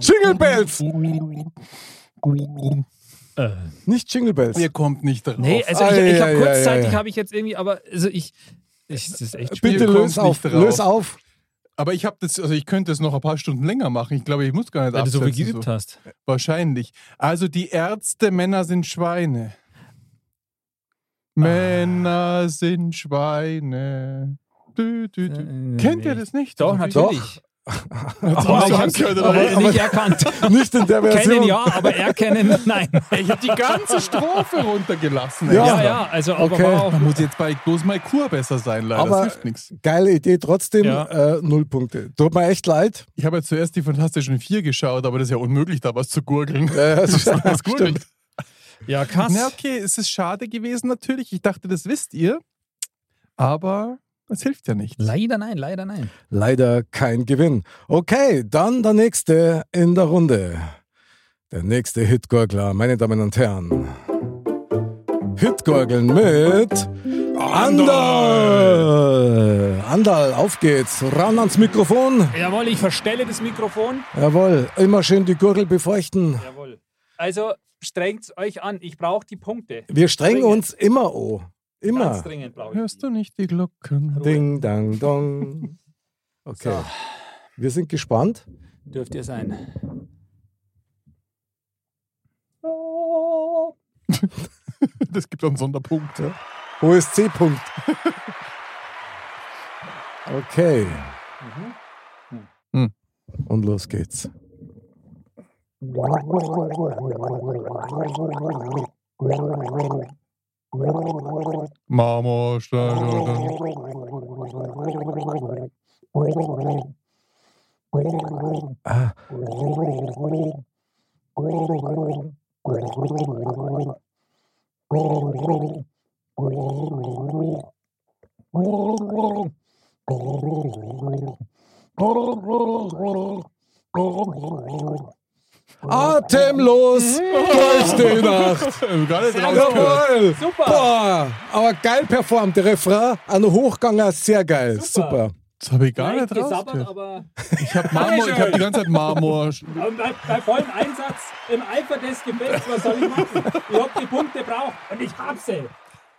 Speaker 1: Jingle Bells!
Speaker 5: äh,
Speaker 1: Nicht Jingle Bells.
Speaker 3: Oh, Ihr kommt nicht drauf.
Speaker 5: nee, also ich,
Speaker 1: Ei,
Speaker 5: ich
Speaker 1: ei,
Speaker 5: habe
Speaker 1: ei,
Speaker 5: kurzzeitig
Speaker 1: ei. Äh,
Speaker 5: habe ich jetzt irgendwie, aber also ich, ich das ist echt schwierig.
Speaker 1: Bitte
Speaker 3: kommt
Speaker 1: löse
Speaker 3: nicht
Speaker 1: auf.
Speaker 3: drauf.
Speaker 1: Löse auf.
Speaker 3: aber ich habe das, also ich könnte es noch ein paar Stunden länger machen. Ich glaube, ich muss gar nicht
Speaker 5: Weil du so viel
Speaker 3: absetzen,
Speaker 5: geübt hast.
Speaker 3: Wahrscheinlich. Also die Ärzte, Männer sind Schweine. Männer sind Schweine. Dü, dü, dü.
Speaker 5: Ah. Äh,
Speaker 3: Kennt ihr
Speaker 5: nee.
Speaker 3: das nicht?
Speaker 5: Doch,
Speaker 3: Also,
Speaker 5: natürlich.
Speaker 3: Aber
Speaker 5: *laughs* Aber ich
Speaker 3: so
Speaker 5: hab's
Speaker 3: angehört,
Speaker 5: aber,
Speaker 3: oder was?
Speaker 5: nicht erkannt.
Speaker 1: Nicht in
Speaker 5: *laughs*
Speaker 1: der Version.
Speaker 5: Kennen ja, aber erkennen *laughs* nein.
Speaker 3: Ich habe die ganze Strophe runtergelassen.
Speaker 1: Ja.
Speaker 5: Ja,
Speaker 3: extra.
Speaker 5: ja, also aber
Speaker 1: Okay.
Speaker 5: war auch
Speaker 3: Da muss jetzt bei bloß mal Kur besser sein, leider.
Speaker 1: Aber-
Speaker 3: das hilft nichts.
Speaker 1: Geile Idee, trotzdem
Speaker 5: Ja.
Speaker 1: äh, null Punkte. Tut mir echt leid.
Speaker 3: Ich habe ja zuerst die Fantastischen Vier geschaut, aber das ist ja unmöglich, da was zu gurgeln.
Speaker 1: das
Speaker 3: *laughs* Das ist alles
Speaker 1: stimmt.
Speaker 3: gurgeln.
Speaker 5: ja krass.
Speaker 3: Na okay, es ist schade gewesen natürlich. Ich dachte, das wisst ihr. Aber es hilft ja nicht.
Speaker 5: Leider nein, leider nein.
Speaker 1: Leider kein Gewinn. Okay, dann der nächste in der Runde. Der nächste Hitgurgler, meine Damen und Herren. Hitgurgeln mit Andal. Andal, auf geht's. Ran ans Mikrofon.
Speaker 5: Jawohl, ich verstelle das Mikrofon.
Speaker 1: Jawohl, immer schön die Gurgel befeuchten.
Speaker 5: Jawohl. Also strengt euch an, ich brauche die Punkte.
Speaker 1: Wir strengen
Speaker 5: Dringend.
Speaker 1: uns immer oh.
Speaker 5: Ganz
Speaker 1: Immer.
Speaker 5: dringend brauche ich. die.
Speaker 3: Hörst du nicht die Glocken?
Speaker 2: *laughs*
Speaker 1: Ding, dang, dong. Okay.
Speaker 5: So.
Speaker 1: Wir sind gespannt.
Speaker 5: Dürft ihr sein.
Speaker 3: Das gibt einen Sonderpunkt.
Speaker 1: OSC-Punkt. *laughs* Okay.
Speaker 3: Hm.
Speaker 1: Mhm. Und los geht's.
Speaker 3: Marmorstein. oder-
Speaker 1: Ah, atemlos durch die Nacht.
Speaker 3: Gar nicht rausgehört.
Speaker 1: Jawohl.
Speaker 5: Mhm. Super.
Speaker 1: Boah, aber geil performt. Der Refrain an den Hochganger, sehr geil. Super.
Speaker 3: Das habe ich gar
Speaker 2: Leicht
Speaker 3: nicht
Speaker 2: gesabbert,
Speaker 3: rausgehört.
Speaker 2: aber
Speaker 3: Ich habe Marmor, ich habe die ganze Zeit Marmor.
Speaker 2: aber bei, bei vollem Einsatz im Eifer des Gefechts, was soll ich machen? Ich hab die Punkte braucht und ich hab sie.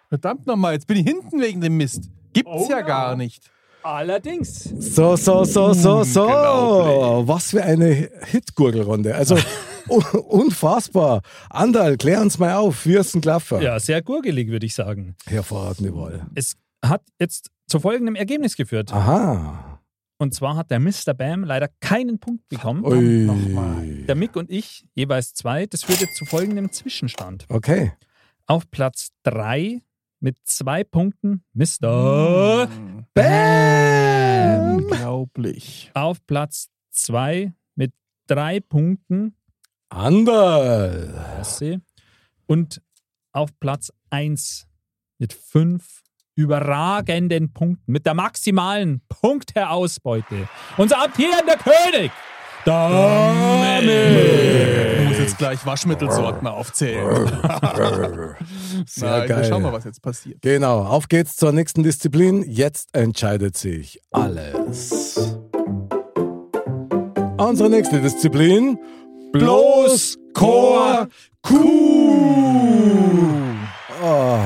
Speaker 3: Verdammt nochmal, jetzt bin ich hinten wegen dem Mist. Gibt's
Speaker 2: Oh
Speaker 3: ja
Speaker 2: ja.
Speaker 3: gar nicht.
Speaker 2: Allerdings.
Speaker 1: So, so, so,
Speaker 5: Mhm,
Speaker 1: so,
Speaker 5: genau,
Speaker 1: so.
Speaker 3: Unglaublich.
Speaker 1: Was für eine Hitgurgelrunde. Also
Speaker 5: *laughs*
Speaker 1: un- unfassbar. Andal, klär uns mal auf. Wir sind Klaffer.
Speaker 5: Ja, sehr gurgelig, würde ich sagen.
Speaker 1: Hervorragende Wahl.
Speaker 5: Es hat jetzt zu folgendem Ergebnis geführt.
Speaker 1: Aha.
Speaker 5: Und zwar hat der Mr. Bam leider keinen Punkt bekommen.
Speaker 1: Ui.
Speaker 5: Der Mick und ich jeweils zwei. Das führte zu folgendem Zwischenstand.
Speaker 1: Okay.
Speaker 5: Auf Platz drei mit zwei Punkten Mr. Bam.
Speaker 3: Unglaublich.
Speaker 5: Auf Platz zwei mit drei Punkten
Speaker 1: Andal.
Speaker 5: Ostsee. Und auf Platz 1 mit fünf überragenden Punkten, mit der maximalen Punkteausbeute. Unser amtierender König,
Speaker 3: Ich
Speaker 5: Dominik.
Speaker 3: muss jetzt gleich
Speaker 1: *laughs*
Speaker 3: Waschmittelsorten aufzählen. *laughs*
Speaker 1: Sehr
Speaker 3: wir schauen mal,
Speaker 1: geil.
Speaker 3: was jetzt passiert.
Speaker 1: Genau, auf geht's zur nächsten Disziplin. Jetzt entscheidet sich alles. Unsere nächste Disziplin. Bloß Chor Kuh. Oh,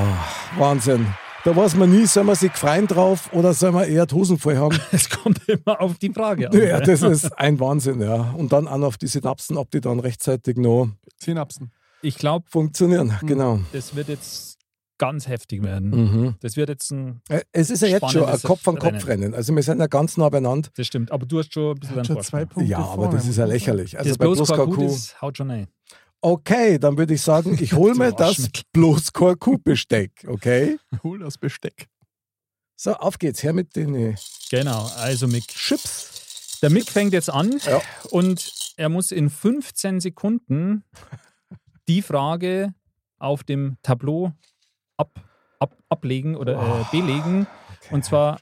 Speaker 1: Wahnsinn. Da weiß man nie, soll man sich freien drauf oder soll man eher die Hosen voll *laughs* haben?
Speaker 5: Es kommt immer auf die Frage an.
Speaker 1: Ja, das ist ein Wahnsinn, ja. Und dann an auf die Synapsen, ob die dann rechtzeitig noch
Speaker 3: Synapsen.
Speaker 5: Ich glaube,
Speaker 1: funktionieren. Genau.
Speaker 5: das wird jetzt ganz heftig werden.
Speaker 1: Mhm.
Speaker 5: Das wird jetzt ein,
Speaker 1: Äh, Es ist ja jetzt schon ein
Speaker 5: Spannendes
Speaker 1: Kopf-an-Kopf-Rennen. Also wir sind ja ganz nah beieinander.
Speaker 5: das stimmt. Aber du hast schon ein bisschen einen
Speaker 3: Schon zwei
Speaker 5: Vorsprung.
Speaker 3: Punkte
Speaker 1: ja, aber
Speaker 3: vorne.
Speaker 1: das ist ja lächerlich. Also
Speaker 5: Das
Speaker 1: bei bloß
Speaker 5: Bloskor gut
Speaker 1: Kaku.
Speaker 5: ist, haut schon ein.
Speaker 1: Okay, dann würde ich sagen, ich
Speaker 3: *laughs*
Speaker 1: hole mir
Speaker 5: Du
Speaker 1: das
Speaker 5: Waschmittel.
Speaker 1: bloß Kaku-Besteck, okay?
Speaker 3: Hol das Besteck.
Speaker 1: So, auf geht's, her mit den äh,
Speaker 5: Genau, also Mick.
Speaker 1: Chips.
Speaker 5: Der Mick fängt jetzt an
Speaker 1: Ja.
Speaker 5: und er muss in 15 Sekunden die Frage auf dem Tableau ab, ab, ablegen oder äh, belegen. Und zwar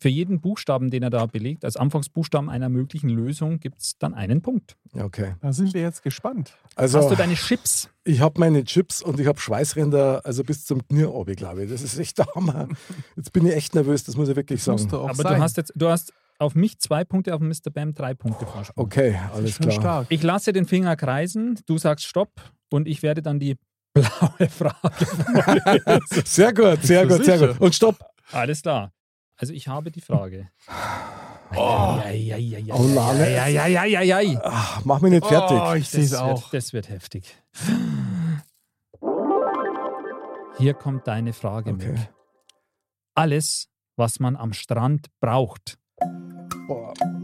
Speaker 5: für jeden Buchstaben, den er da belegt, als Anfangsbuchstaben einer möglichen Lösung, gibt es dann einen Punkt.
Speaker 1: Okay.
Speaker 3: Da sind wir jetzt gespannt.
Speaker 5: Hast
Speaker 1: Also,
Speaker 5: du deine Chips?
Speaker 1: ich habe meine Chips und ich habe Schweißränder, also bis zum Knie oben, glaube ich. Das ist echt der Hammer. Jetzt bin ich echt nervös, das muss ich wirklich
Speaker 3: Das
Speaker 1: sagen.
Speaker 3: musste auch
Speaker 5: Aber
Speaker 3: sein.
Speaker 5: du hast jetzt, du hast auf mich zwei Punkte, auf Mr. Bam drei Punkte Vorsprung.
Speaker 1: Okay, alles
Speaker 3: schon
Speaker 1: klar.
Speaker 3: stark.
Speaker 5: Ich lasse den Finger kreisen, du sagst Stopp und ich werde dann die *laughs* blaue Frage vorlesen.
Speaker 1: *laughs* Sehr gut, sehr
Speaker 3: Bist du
Speaker 1: gut, sehr
Speaker 3: sicher?
Speaker 1: gut. Und stopp.
Speaker 5: Alles klar. Also ich habe die Frage. Oh,
Speaker 1: Oh, Lale. Ach, mach mich nicht fertig.
Speaker 3: Oh, ich sehe es auch.
Speaker 5: Das wird heftig. Hier kommt deine Frage,
Speaker 1: Okay.
Speaker 5: Mick. Alles, was man am Strand braucht.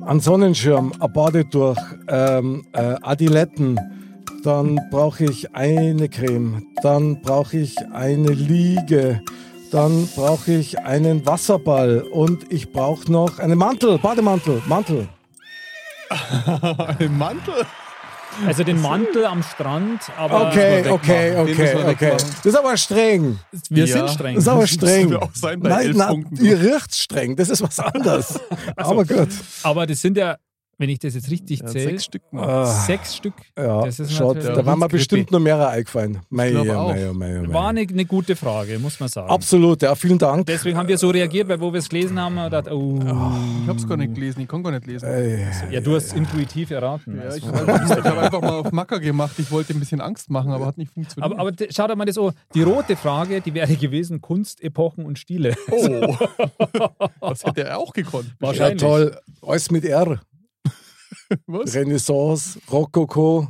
Speaker 1: Ein Sonnenschirm, ein Badetuch, ähm, äh, Adiletten, dann brauche ich eine Creme, dann brauche ich eine Liege, dann brauche ich einen Wasserball und ich brauche noch einen Mantel, Bademantel, Mantel.
Speaker 3: Im Mantel.
Speaker 5: Also den Mantel am Strand, aber
Speaker 1: Okay,
Speaker 3: wegmachen.
Speaker 1: okay,
Speaker 3: Den müssen wir
Speaker 1: okay, okay.
Speaker 3: wegmachen.
Speaker 1: Das ist aber streng.
Speaker 5: wir
Speaker 3: Ja.
Speaker 5: sind streng.
Speaker 1: Das ist aber
Speaker 3: Das müssen
Speaker 1: streng.
Speaker 3: wir auch sein bei elf Punkten.
Speaker 1: ihr riecht streng, das ist was
Speaker 3: *laughs*
Speaker 1: anderes. Aber gut.
Speaker 5: Aber das sind ja, wenn ich das jetzt richtig
Speaker 3: Ja,
Speaker 5: zähle,
Speaker 3: sechs Stück. noch.
Speaker 1: Ah,
Speaker 5: sechs Stück.
Speaker 1: ja,
Speaker 5: das ist
Speaker 1: schaut,
Speaker 5: natürlich-
Speaker 1: da waren wir
Speaker 3: Grippi.
Speaker 1: bestimmt noch mehrere eingefallen. Mei,
Speaker 3: glaub
Speaker 1: ja,
Speaker 3: auch.
Speaker 1: mei, ja, mei, ja, mei.
Speaker 5: War eine, eine gute Frage, muss man sagen.
Speaker 1: Absolut, ja, vielen Dank.
Speaker 5: Deswegen haben wir so reagiert, weil wo wir es gelesen haben, haben wir gedacht, oh.
Speaker 3: Ich hab's gar
Speaker 1: Ähm,
Speaker 3: nicht gelesen, ich kann gar nicht lesen.
Speaker 1: Ey,
Speaker 3: Also
Speaker 5: ja, du hast intuitiv erraten.
Speaker 3: Ja,
Speaker 5: Also.
Speaker 3: ich habe einfach mal auf Macker gemacht. Ich wollte ein bisschen Angst machen, aber hat nicht funktioniert.
Speaker 5: aber, aber d- schau dir mal das an. Die rote Frage, die wäre gewesen: Kunst, Epochen und Stile.
Speaker 3: oh, das hätte er auch gekonnt.
Speaker 1: ja,
Speaker 5: Wahrscheinlich.
Speaker 1: toll. Alles mit R.
Speaker 3: Was?
Speaker 1: Renaissance, Rokoko.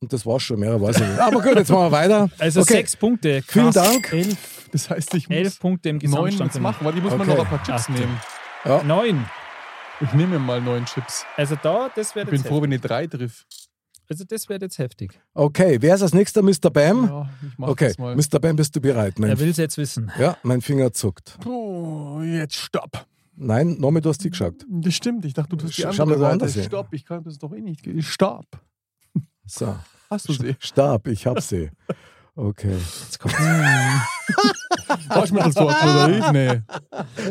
Speaker 1: Und das war's schon, mehr weiß ich nicht. Aber gut, jetzt machen wir weiter.
Speaker 5: Also
Speaker 1: okay.
Speaker 5: sechs Punkte.
Speaker 1: Vielen
Speaker 5: Krass.
Speaker 1: Dank.
Speaker 3: Elf. Das heißt, ich muss
Speaker 5: Elf Punkte im
Speaker 3: neun
Speaker 5: Gesamtstand.
Speaker 3: jetzt
Speaker 5: für
Speaker 3: machen, weil ich muss mal
Speaker 1: Okay.
Speaker 3: noch ein paar Chips
Speaker 5: Ach,
Speaker 3: nehmen.
Speaker 5: mich. Neun.
Speaker 3: Ich nehme mal neun Chips.
Speaker 5: Also da, das
Speaker 3: Ich
Speaker 5: wäre
Speaker 3: bin
Speaker 5: jetzt,
Speaker 3: froh,
Speaker 5: heftig.
Speaker 3: wenn ich drei triff.
Speaker 5: also das wär jetzt heftig.
Speaker 1: Okay, wer ist als nächster Mr. Bam?
Speaker 3: Ja, ich mach
Speaker 1: okay,
Speaker 3: das mal.
Speaker 1: Mr. Bam, bist du bereit? Mein
Speaker 5: Er will es jetzt wissen.
Speaker 1: ja, mein Finger zuckt.
Speaker 3: Oh, jetzt stopp.
Speaker 1: Nein, nochmal, du hast die geschaut.
Speaker 3: Das stimmt, ich dachte, du tust die
Speaker 1: Sch- schau
Speaker 3: andere
Speaker 1: mal
Speaker 3: Seite.
Speaker 1: woanders hin.
Speaker 3: Stopp, ich kann das doch eh nicht. ge- Stopp.
Speaker 1: So,
Speaker 3: Hast eh? du sie?
Speaker 1: Stab, ich hab sie. Okay. Jetzt kommt
Speaker 3: *laughs* Waschmittelswort, oder wie? Nee.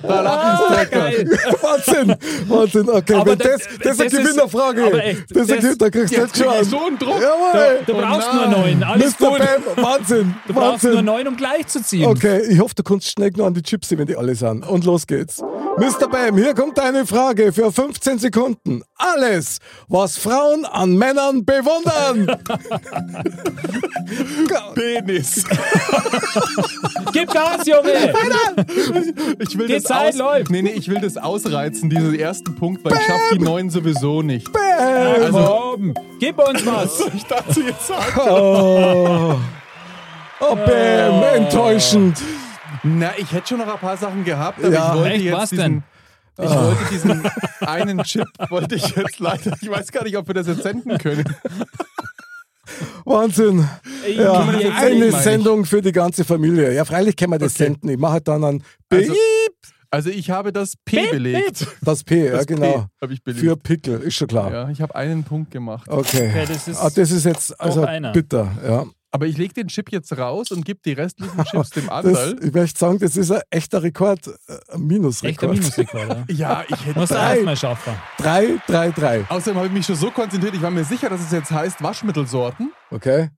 Speaker 3: Da
Speaker 2: Ah, geil.
Speaker 1: *laughs* Wahnsinn, Wahnsinn. Okay,
Speaker 2: Aber
Speaker 1: wenn
Speaker 2: da-
Speaker 1: das, das, ist eine
Speaker 2: das ist-
Speaker 1: Gewinnerfrage.
Speaker 2: aber echt,
Speaker 1: das ist eine
Speaker 2: das-
Speaker 1: Gewin- da kriegst du jetzt schon
Speaker 3: lacht
Speaker 1: einen.
Speaker 3: so einen Druck.
Speaker 1: Jawohl.
Speaker 2: Du brauchst
Speaker 3: Oh
Speaker 2: nur
Speaker 3: nein.
Speaker 2: neun. Alles
Speaker 1: Mr.
Speaker 2: gut.
Speaker 1: Bam, Wahnsinn,
Speaker 2: Du brauchst nur
Speaker 1: Wahnsinn.
Speaker 2: neun, um gleich zu ziehen.
Speaker 1: Okay, ich hoffe, du kannst schnell noch an die Chipsy, wenn die alle sind. Und los geht's. Mr. Bam, hier kommt deine Frage für 15 Sekunden. Alles, was Frauen an Männern
Speaker 3: *laughs*
Speaker 1: bewundern.
Speaker 3: Penis.
Speaker 2: Gib Gas, Junge!
Speaker 3: Ich will
Speaker 2: Die
Speaker 3: das
Speaker 2: Zeit
Speaker 3: aus
Speaker 2: läuft.
Speaker 3: Nee, nee, ich will das ausreizen, diesen ersten Punkt, weil ich schaffe die neun sowieso nicht. Also,
Speaker 1: Bam.
Speaker 5: Also,
Speaker 2: Torben, gib uns was!
Speaker 3: Ich dachte jetzt sagen.
Speaker 1: Oh, oh Bam, enttäuschend.
Speaker 3: Na, ich hätte schon noch ein paar Sachen gehabt, aber
Speaker 1: Ja. Ah.
Speaker 3: ich wollte
Speaker 2: Echt,
Speaker 3: jetzt
Speaker 2: was
Speaker 3: diesen,
Speaker 2: denn?
Speaker 3: Ich wollte diesen einen Chip, wollte ich jetzt leider. Ich weiß gar nicht, ob wir das jetzt senden können.
Speaker 1: Wahnsinn. Ja,
Speaker 3: man das jetzt senden,
Speaker 1: eine
Speaker 3: meine ich?
Speaker 1: Sendung für die ganze Familie. Ja, freilich kann man das
Speaker 3: Okay.
Speaker 1: senden. Ich mache halt dann ein P,
Speaker 3: Also- Also ich habe das P belegt.
Speaker 1: das P, ja
Speaker 3: Das P
Speaker 1: genau.
Speaker 3: habe ich belegt.
Speaker 1: Für Pickel, ist schon klar.
Speaker 3: ja, ich habe einen Punkt gemacht.
Speaker 1: Okay.
Speaker 2: Okay, das ist
Speaker 1: ah, das ist jetzt also
Speaker 2: einer.
Speaker 1: bitter. Ja.
Speaker 3: Aber ich lege den Chip jetzt raus und gebe
Speaker 1: *laughs*
Speaker 3: die restlichen Chips dem
Speaker 1: Das,
Speaker 3: Anteil.
Speaker 1: ich möchte sagen, das ist ein echter Rekord, äh, ein
Speaker 5: Echter
Speaker 1: Minusrekord. *laughs*
Speaker 5: Minusrekord. ja.
Speaker 3: Ja, ich hätte.
Speaker 5: Musst du
Speaker 1: Drei.
Speaker 5: erstmal schaffen.
Speaker 1: 3, 3, 3.
Speaker 3: Außerdem habe ich mich schon so konzentriert, ich war mir sicher, dass es jetzt heißt Waschmittelsorten.
Speaker 1: Okay.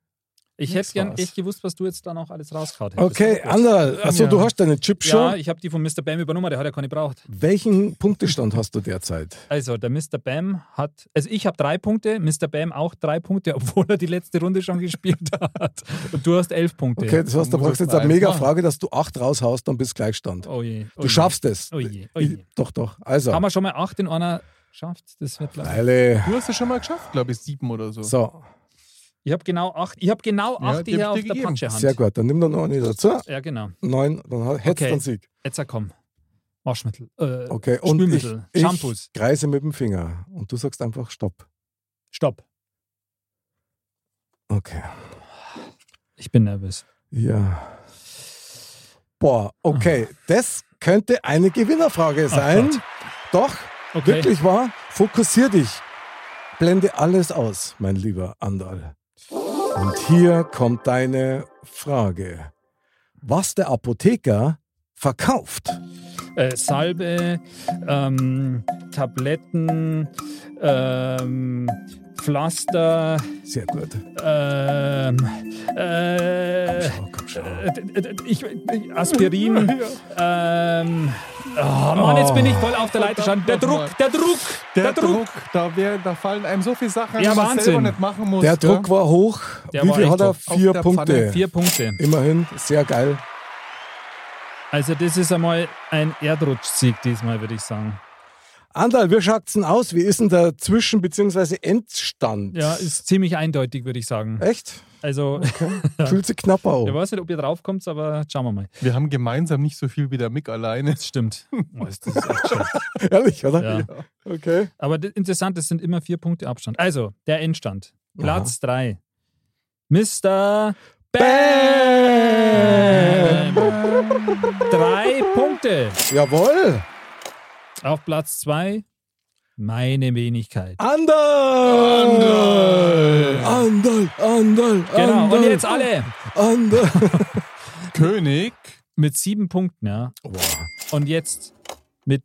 Speaker 5: Ich hätte gern
Speaker 3: war's.
Speaker 5: echt gewusst, was du jetzt da noch alles rausgehaut hättest.
Speaker 1: Okay, Anderl, also
Speaker 3: Ja.
Speaker 1: du hast deine Chips schon.
Speaker 5: Ja, ich habe die von Mr. Bam übernommen, der hat ja keine gebraucht.
Speaker 1: Welchen Punktestand hast du derzeit?
Speaker 5: Also, der Mr. Bam hat, also ich habe drei Punkte, Mr. Bam auch drei Punkte, *laughs* obwohl er die letzte Runde schon gespielt hat. Und du hast elf Punkte.
Speaker 1: Okay, das heißt, da
Speaker 3: muss
Speaker 1: brauchst du
Speaker 3: das
Speaker 1: jetzt eine
Speaker 3: mal eins
Speaker 1: mega
Speaker 3: machen.
Speaker 1: Frage, dass du 8 raushaust, dann bist Gleichstand.
Speaker 5: Oh je. Oh
Speaker 1: Du
Speaker 5: je.
Speaker 1: schaffst es.
Speaker 5: Oh je, oh je.
Speaker 1: Doch, doch. Also,
Speaker 5: Haben wir schon mal acht in einer geschafft? Das wird lang.
Speaker 1: Eile.
Speaker 3: Du hast es schon mal geschafft, glaube ich, sieben oder so.
Speaker 1: So,
Speaker 5: Ich habe genau acht, ich habe genau
Speaker 3: Ja,
Speaker 5: acht
Speaker 3: die
Speaker 5: hier
Speaker 3: hab
Speaker 5: auf
Speaker 3: ich dir
Speaker 5: der
Speaker 3: gegeben.
Speaker 5: Patschehand.
Speaker 1: sehr gut. Dann nimm doch noch eine dazu.
Speaker 5: Ja, genau.
Speaker 1: Neun, dann hättest du
Speaker 5: Okay.
Speaker 1: einen Sieg.
Speaker 5: Jetzt ja, komm. Waschmittel. Äh,
Speaker 1: Okay, und ich,
Speaker 5: Spülmittel, Shampoos.
Speaker 1: ich kreise mit dem Finger und du sagst einfach Stopp.
Speaker 5: Stopp.
Speaker 1: Okay.
Speaker 5: Ich bin nervös.
Speaker 1: Ja. Boah, okay. Das könnte eine Gewinnerfrage sein.
Speaker 5: Ah. Gott.
Speaker 1: Doch,
Speaker 5: Okay.
Speaker 1: wirklich wahr. Fokussier dich. Blende alles aus, mein lieber Andal. Und hier kommt deine Frage. Was der Apotheker verkauft?
Speaker 5: Äh, Salbe, ähm, Tabletten, ähm, Pflaster,
Speaker 1: Sehr gut.
Speaker 5: ähm, äh,
Speaker 1: Oh, komm schon.
Speaker 5: äh, d- d- ich, äh, *laughs* Aspirin. ähm, oh Mann, jetzt bin ich voll auf der Leiter stand. Der
Speaker 3: Verdammt
Speaker 5: Druck, der Druck, der, Druck.
Speaker 3: da, wär, da fallen einem so viele Sachen,
Speaker 5: Ja,
Speaker 3: die man selber
Speaker 5: Wahnsinn.
Speaker 3: nicht machen muss.
Speaker 1: Der
Speaker 3: gell?
Speaker 1: Druck war hoch.
Speaker 5: äh, Der
Speaker 1: Wie
Speaker 5: war
Speaker 1: viel
Speaker 5: echt
Speaker 1: hat er?
Speaker 5: hoch.
Speaker 3: Auf
Speaker 1: Vier
Speaker 3: der
Speaker 1: Punkte.
Speaker 3: Pfanne.
Speaker 5: Vier Punkte.
Speaker 1: Immerhin, sehr geil.
Speaker 5: Also das ist einmal ein Erdrutschsieg diesmal, würde ich sagen.
Speaker 1: Andal, wie schaut's denn aus? Wie ist denn der Zwischen- bzw. Endstand?
Speaker 5: Ja, ist ziemlich eindeutig, würde ich sagen.
Speaker 1: Echt?
Speaker 5: Also,
Speaker 1: Fühlt sich knapp
Speaker 5: ich
Speaker 1: auf.
Speaker 5: weiß nicht, ob ihr draufkommt, aber schauen wir mal.
Speaker 3: Wir haben gemeinsam nicht so viel wie der
Speaker 1: *laughs*
Speaker 3: Mick alleine.
Speaker 5: Das *laughs* stimmt. Oh, ist das echt schlecht.
Speaker 1: Ehrlich, oder?
Speaker 5: Ja.
Speaker 1: Okay.
Speaker 5: Aber das- interessant, es sind immer vier Punkte Abstand. Also, der Endstand. Platz drei. Mr. Bam! Drei Punkte.
Speaker 1: Jawohl.
Speaker 5: Auf Platz zwei, meine Wenigkeit.
Speaker 1: Andal! Andal! Andal!
Speaker 5: Genau,
Speaker 1: Andal,
Speaker 5: und jetzt alle
Speaker 1: Andal!
Speaker 3: König.
Speaker 5: mit sieben Punkten, ja. Und jetzt mit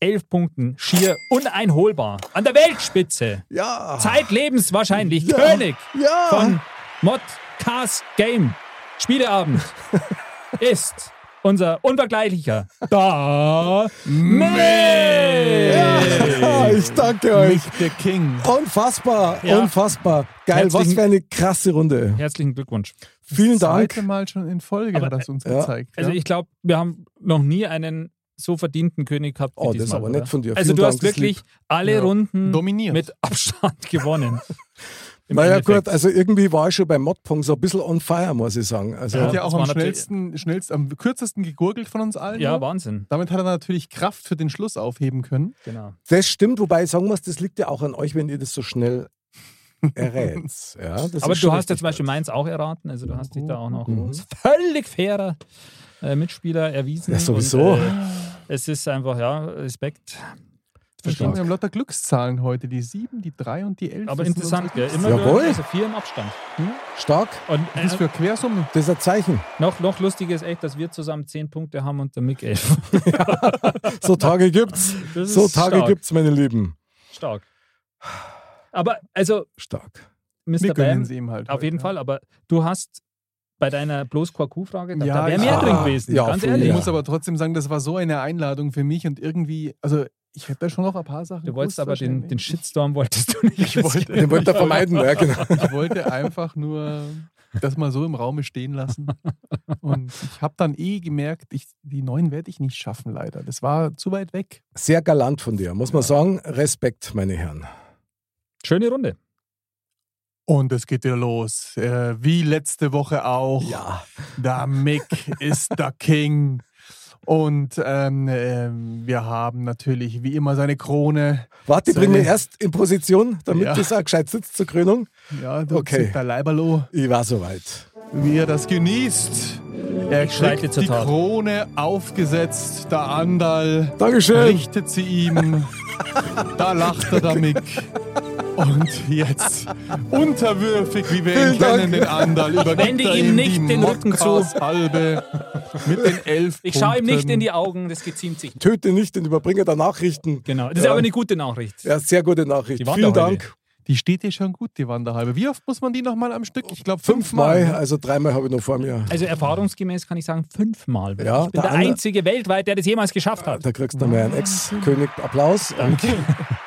Speaker 5: elf Punkten schier uneinholbar an der Weltspitze.
Speaker 1: Ja!
Speaker 5: Zeitlebens wahrscheinlich König
Speaker 1: Ah. Ja!
Speaker 5: von Modcast Game
Speaker 1: *laughs*
Speaker 5: Spieleabend ist unser unvergleichlicher da
Speaker 1: ja. Ich danke euch.
Speaker 3: Mick der King.
Speaker 1: Unfassbar,
Speaker 5: Ja.
Speaker 1: unfassbar. Geil, was
Speaker 5: Herzlichen-
Speaker 1: für eine krasse Runde.
Speaker 5: Herzlichen Glückwunsch.
Speaker 1: Vielen
Speaker 3: Zweite
Speaker 1: Dank. äh,
Speaker 3: Mal schon in Folge
Speaker 5: Aber,
Speaker 3: hat das uns
Speaker 1: ja.
Speaker 3: gezeigt.
Speaker 5: Also
Speaker 3: ja.
Speaker 5: ich glaube, wir haben noch nie einen so verdienten König gehabt. wie
Speaker 1: Oh, das ist
Speaker 5: diesmal,
Speaker 1: aber
Speaker 5: oder?
Speaker 1: nett von dir.
Speaker 5: Also
Speaker 1: Vielen
Speaker 5: du
Speaker 1: Dank,
Speaker 5: hast
Speaker 1: das ist
Speaker 5: wirklich
Speaker 1: lieb.
Speaker 5: alle
Speaker 3: Ja.
Speaker 5: Runden
Speaker 3: Dominiert.
Speaker 5: mit Abstand *laughs* gewonnen. Im
Speaker 1: Naja,
Speaker 5: Endeffekt.
Speaker 1: gut, also irgendwie war ich schon beim Modpong so ein bisschen on fire, muss ich sagen. Also,
Speaker 3: hat
Speaker 5: Ja.
Speaker 3: ja
Speaker 5: das
Speaker 3: auch
Speaker 5: war
Speaker 3: am
Speaker 5: natürlich-
Speaker 3: schnellsten, schnellst, am kürzesten gegurgelt von uns allen.
Speaker 5: Ja,
Speaker 3: ne?
Speaker 5: Wahnsinn.
Speaker 3: Damit hat er natürlich Kraft für den Schluss aufheben können.
Speaker 5: Genau.
Speaker 1: das stimmt, wobei ich sagen muss, das liegt ja auch an euch, wenn ihr das so
Speaker 5: *laughs*
Speaker 1: schnell errät. Ja, das
Speaker 5: Aber
Speaker 1: ist schon
Speaker 5: du hast
Speaker 1: richtig
Speaker 5: ja
Speaker 1: Mhm.
Speaker 5: zum Beispiel
Speaker 1: geil.
Speaker 5: meins auch erraten. Also du hast dich da auch noch als völlig fairer äh, Mitspieler erwiesen.
Speaker 1: Ja, sowieso.
Speaker 5: Und, äh, es ist einfach, ja, Respekt.
Speaker 3: bestimmt. Wir haben lauter Glückszahlen heute. Die 7, die 3 und die 11.
Speaker 5: Aber
Speaker 3: Das sind
Speaker 5: interessant,
Speaker 3: unsere
Speaker 5: gell? Immer
Speaker 1: Jawohl.
Speaker 5: nur also vier im Abstand.
Speaker 1: Stark.
Speaker 5: Und
Speaker 3: Das ist
Speaker 5: äh,
Speaker 3: für Quersummen.
Speaker 1: Das ist ein Zeichen.
Speaker 5: noch, noch lustiger ist echt, dass wir zusammen zehn Punkte haben und der
Speaker 1: *laughs*
Speaker 5: Mick elf.
Speaker 1: So Tage gibt's.
Speaker 5: Das ist
Speaker 1: So Tage
Speaker 5: stark.
Speaker 1: gibt's, meine Lieben.
Speaker 5: Stark. Aber, also,
Speaker 1: Stark.
Speaker 3: Wir
Speaker 5: Mr.
Speaker 3: gönnen
Speaker 5: Bam,
Speaker 3: sie ihm halt.
Speaker 5: auf
Speaker 3: heute,
Speaker 5: jeden
Speaker 3: ja.
Speaker 5: Fall, aber du hast bei deiner bloß Quarku-Frage, da,
Speaker 3: Ja,
Speaker 5: da wäre mehr
Speaker 3: ja.
Speaker 5: drin gewesen,
Speaker 1: Ja,
Speaker 5: ganz
Speaker 1: voll,
Speaker 5: ehrlich.
Speaker 3: Ich
Speaker 1: Ja.
Speaker 3: muss aber trotzdem sagen, das war so eine Einladung für mich und irgendwie, also ich hätte da schon noch ein paar Sachen.
Speaker 5: Du wolltest
Speaker 3: gewusst
Speaker 5: aber den,
Speaker 3: wahrscheinlich.
Speaker 5: den Shitstorm
Speaker 1: *laughs*
Speaker 5: wolltest du nicht.
Speaker 3: Ich
Speaker 5: *laughs*
Speaker 3: wollte-
Speaker 1: Den wollt ihr vermeiden, ja, genau.
Speaker 3: Ich wollte einfach nur das mal so im Raume stehen lassen. Und ich habe dann eh gemerkt, ich, die neuen werde ich nicht schaffen, leider. Das war zu weit weg.
Speaker 1: Sehr galant von dir, muss man sagen. Respekt, meine Herren.
Speaker 5: Schöne Runde.
Speaker 3: Und es geht wieder los. Äh, wie letzte Woche auch.
Speaker 1: Ja.
Speaker 3: Der Mick ist der King. Und ähm, ähm, wir haben natürlich wie immer seine Krone.
Speaker 1: Warte,
Speaker 3: So.
Speaker 1: bring mich erst in Position, damit
Speaker 3: Ja.
Speaker 1: das auch gescheit sitzt zur Krönung.
Speaker 3: Ja, du
Speaker 1: Okay.
Speaker 3: okay. der Leiberloh.
Speaker 1: Ich war soweit.
Speaker 3: wie er das genießt. Er
Speaker 5: Ich schreite
Speaker 3: kriegt
Speaker 5: zur
Speaker 3: die
Speaker 5: Tat.
Speaker 3: Krone aufgesetzt, der Andal
Speaker 1: Dankeschön.
Speaker 3: richtet sie
Speaker 1: *laughs*
Speaker 3: ihm. da lacht er der Mick. Und jetzt, unterwürfig, wie wir ihn
Speaker 1: Vielen Dank.
Speaker 3: kennen, den Andal, übergibt
Speaker 5: wende
Speaker 3: er
Speaker 5: ihm nicht
Speaker 3: die
Speaker 5: den Rücken zu.
Speaker 3: Halbe mit den elf
Speaker 5: Ich schaue ihm nicht
Speaker 3: Punkten.
Speaker 5: in die Augen, das geziemt sich.
Speaker 1: Töte nicht den Überbringer der Nachrichten.
Speaker 5: Genau. Das ist
Speaker 1: Ja.
Speaker 5: aber eine gute Nachricht.
Speaker 1: Ja, sehr gute Nachricht.
Speaker 5: Die waren
Speaker 1: Vielen
Speaker 5: da
Speaker 1: Dank.
Speaker 3: Die steht dir schon gut, die Wanderhalbe. Wie oft muss man die nochmal am Stück? Ich glaube fünfmal.
Speaker 1: Fünfmal, also dreimal habe ich noch vor mir.
Speaker 5: Also erfahrungsgemäß kann ich sagen, fünfmal.
Speaker 1: Ja,
Speaker 5: ich bin
Speaker 1: der
Speaker 5: der
Speaker 1: andere-
Speaker 5: einzige weltweit, der das jemals geschafft hat.
Speaker 1: Da kriegst du mal
Speaker 5: Ah.
Speaker 1: einen Ex-König Applaus und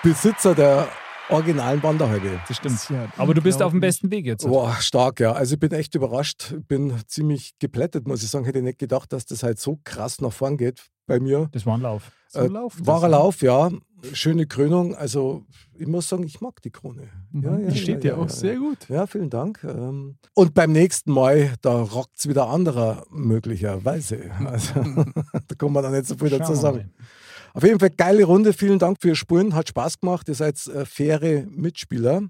Speaker 1: Besitzer der originalen Wanderhalbe.
Speaker 5: Das stimmt.
Speaker 3: Ja,
Speaker 5: Aber du bist auf dem
Speaker 3: unglaublich.
Speaker 5: besten Weg jetzt.
Speaker 1: Boah, stark, ja. Also ich bin echt überrascht, bin ziemlich geplättet, muss ich sagen. Hätte ich nicht gedacht, dass das halt so krass nach vorn geht bei mir.
Speaker 5: Das war ein Lauf.
Speaker 3: So
Speaker 1: Äh,
Speaker 3: läuft das,
Speaker 1: Wahrer
Speaker 3: ne?
Speaker 1: Lauf, ja. Schöne Krönung. Also ich muss sagen, ich mag die Krone. Ja, ja,
Speaker 3: Mhm. Die steht dir auch sehr gut.
Speaker 1: Ja, vielen Dank. Ähm, Und beim nächsten Mal, da rockt es wieder anderer
Speaker 3: *laughs*
Speaker 1: möglicherweise. Also, *laughs* da kann man da nicht so viel dazu
Speaker 5: Schauen wir
Speaker 1: sagen. Auf jeden Fall geile Runde. Vielen Dank für Ihr Spuren. Hat Spaß gemacht. Ihr seid äh, faire Mitspieler.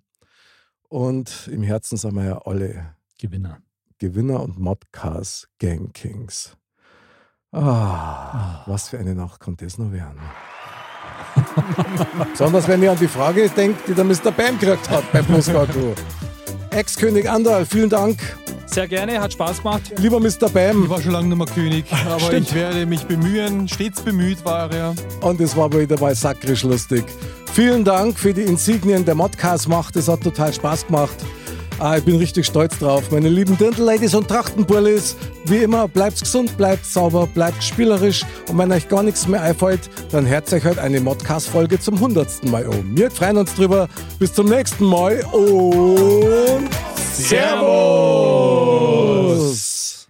Speaker 1: Und im Herzen sind wir ja alle
Speaker 5: Gewinner.
Speaker 1: Gewinner und Modcast Gang Kings. Ah, was für eine Nacht konnte es nur werden. Besonders wenn ihr an die Frage denkt, die der Mr. Bam gekriegt hat bei Postkartu. Ex-König Andal, vielen Dank.
Speaker 5: Sehr gerne, hat Spaß gemacht.
Speaker 1: Lieber Mr.
Speaker 3: Ich
Speaker 1: Bam,
Speaker 3: war schon lange nicht mehr König, aber
Speaker 1: Stimmt.
Speaker 3: ich werde mich bemühen. Stets bemüht war er.
Speaker 1: und es war wieder mal sakrisch lustig. Vielen Dank für die Insignien der Modcast macht. Es hat total Spaß gemacht. Ah, ich bin richtig stolz drauf. Meine lieben Dirndl-Ladies und Trachtenbullis, wie immer, bleibt gesund, bleibt sauber, bleibt spielerisch. Und wenn euch gar nichts mehr einfällt, dann hört euch heute eine Modcast-Folge zum hundertsten Mal um. Wir freuen uns drüber. Bis zum nächsten Mal und Servus!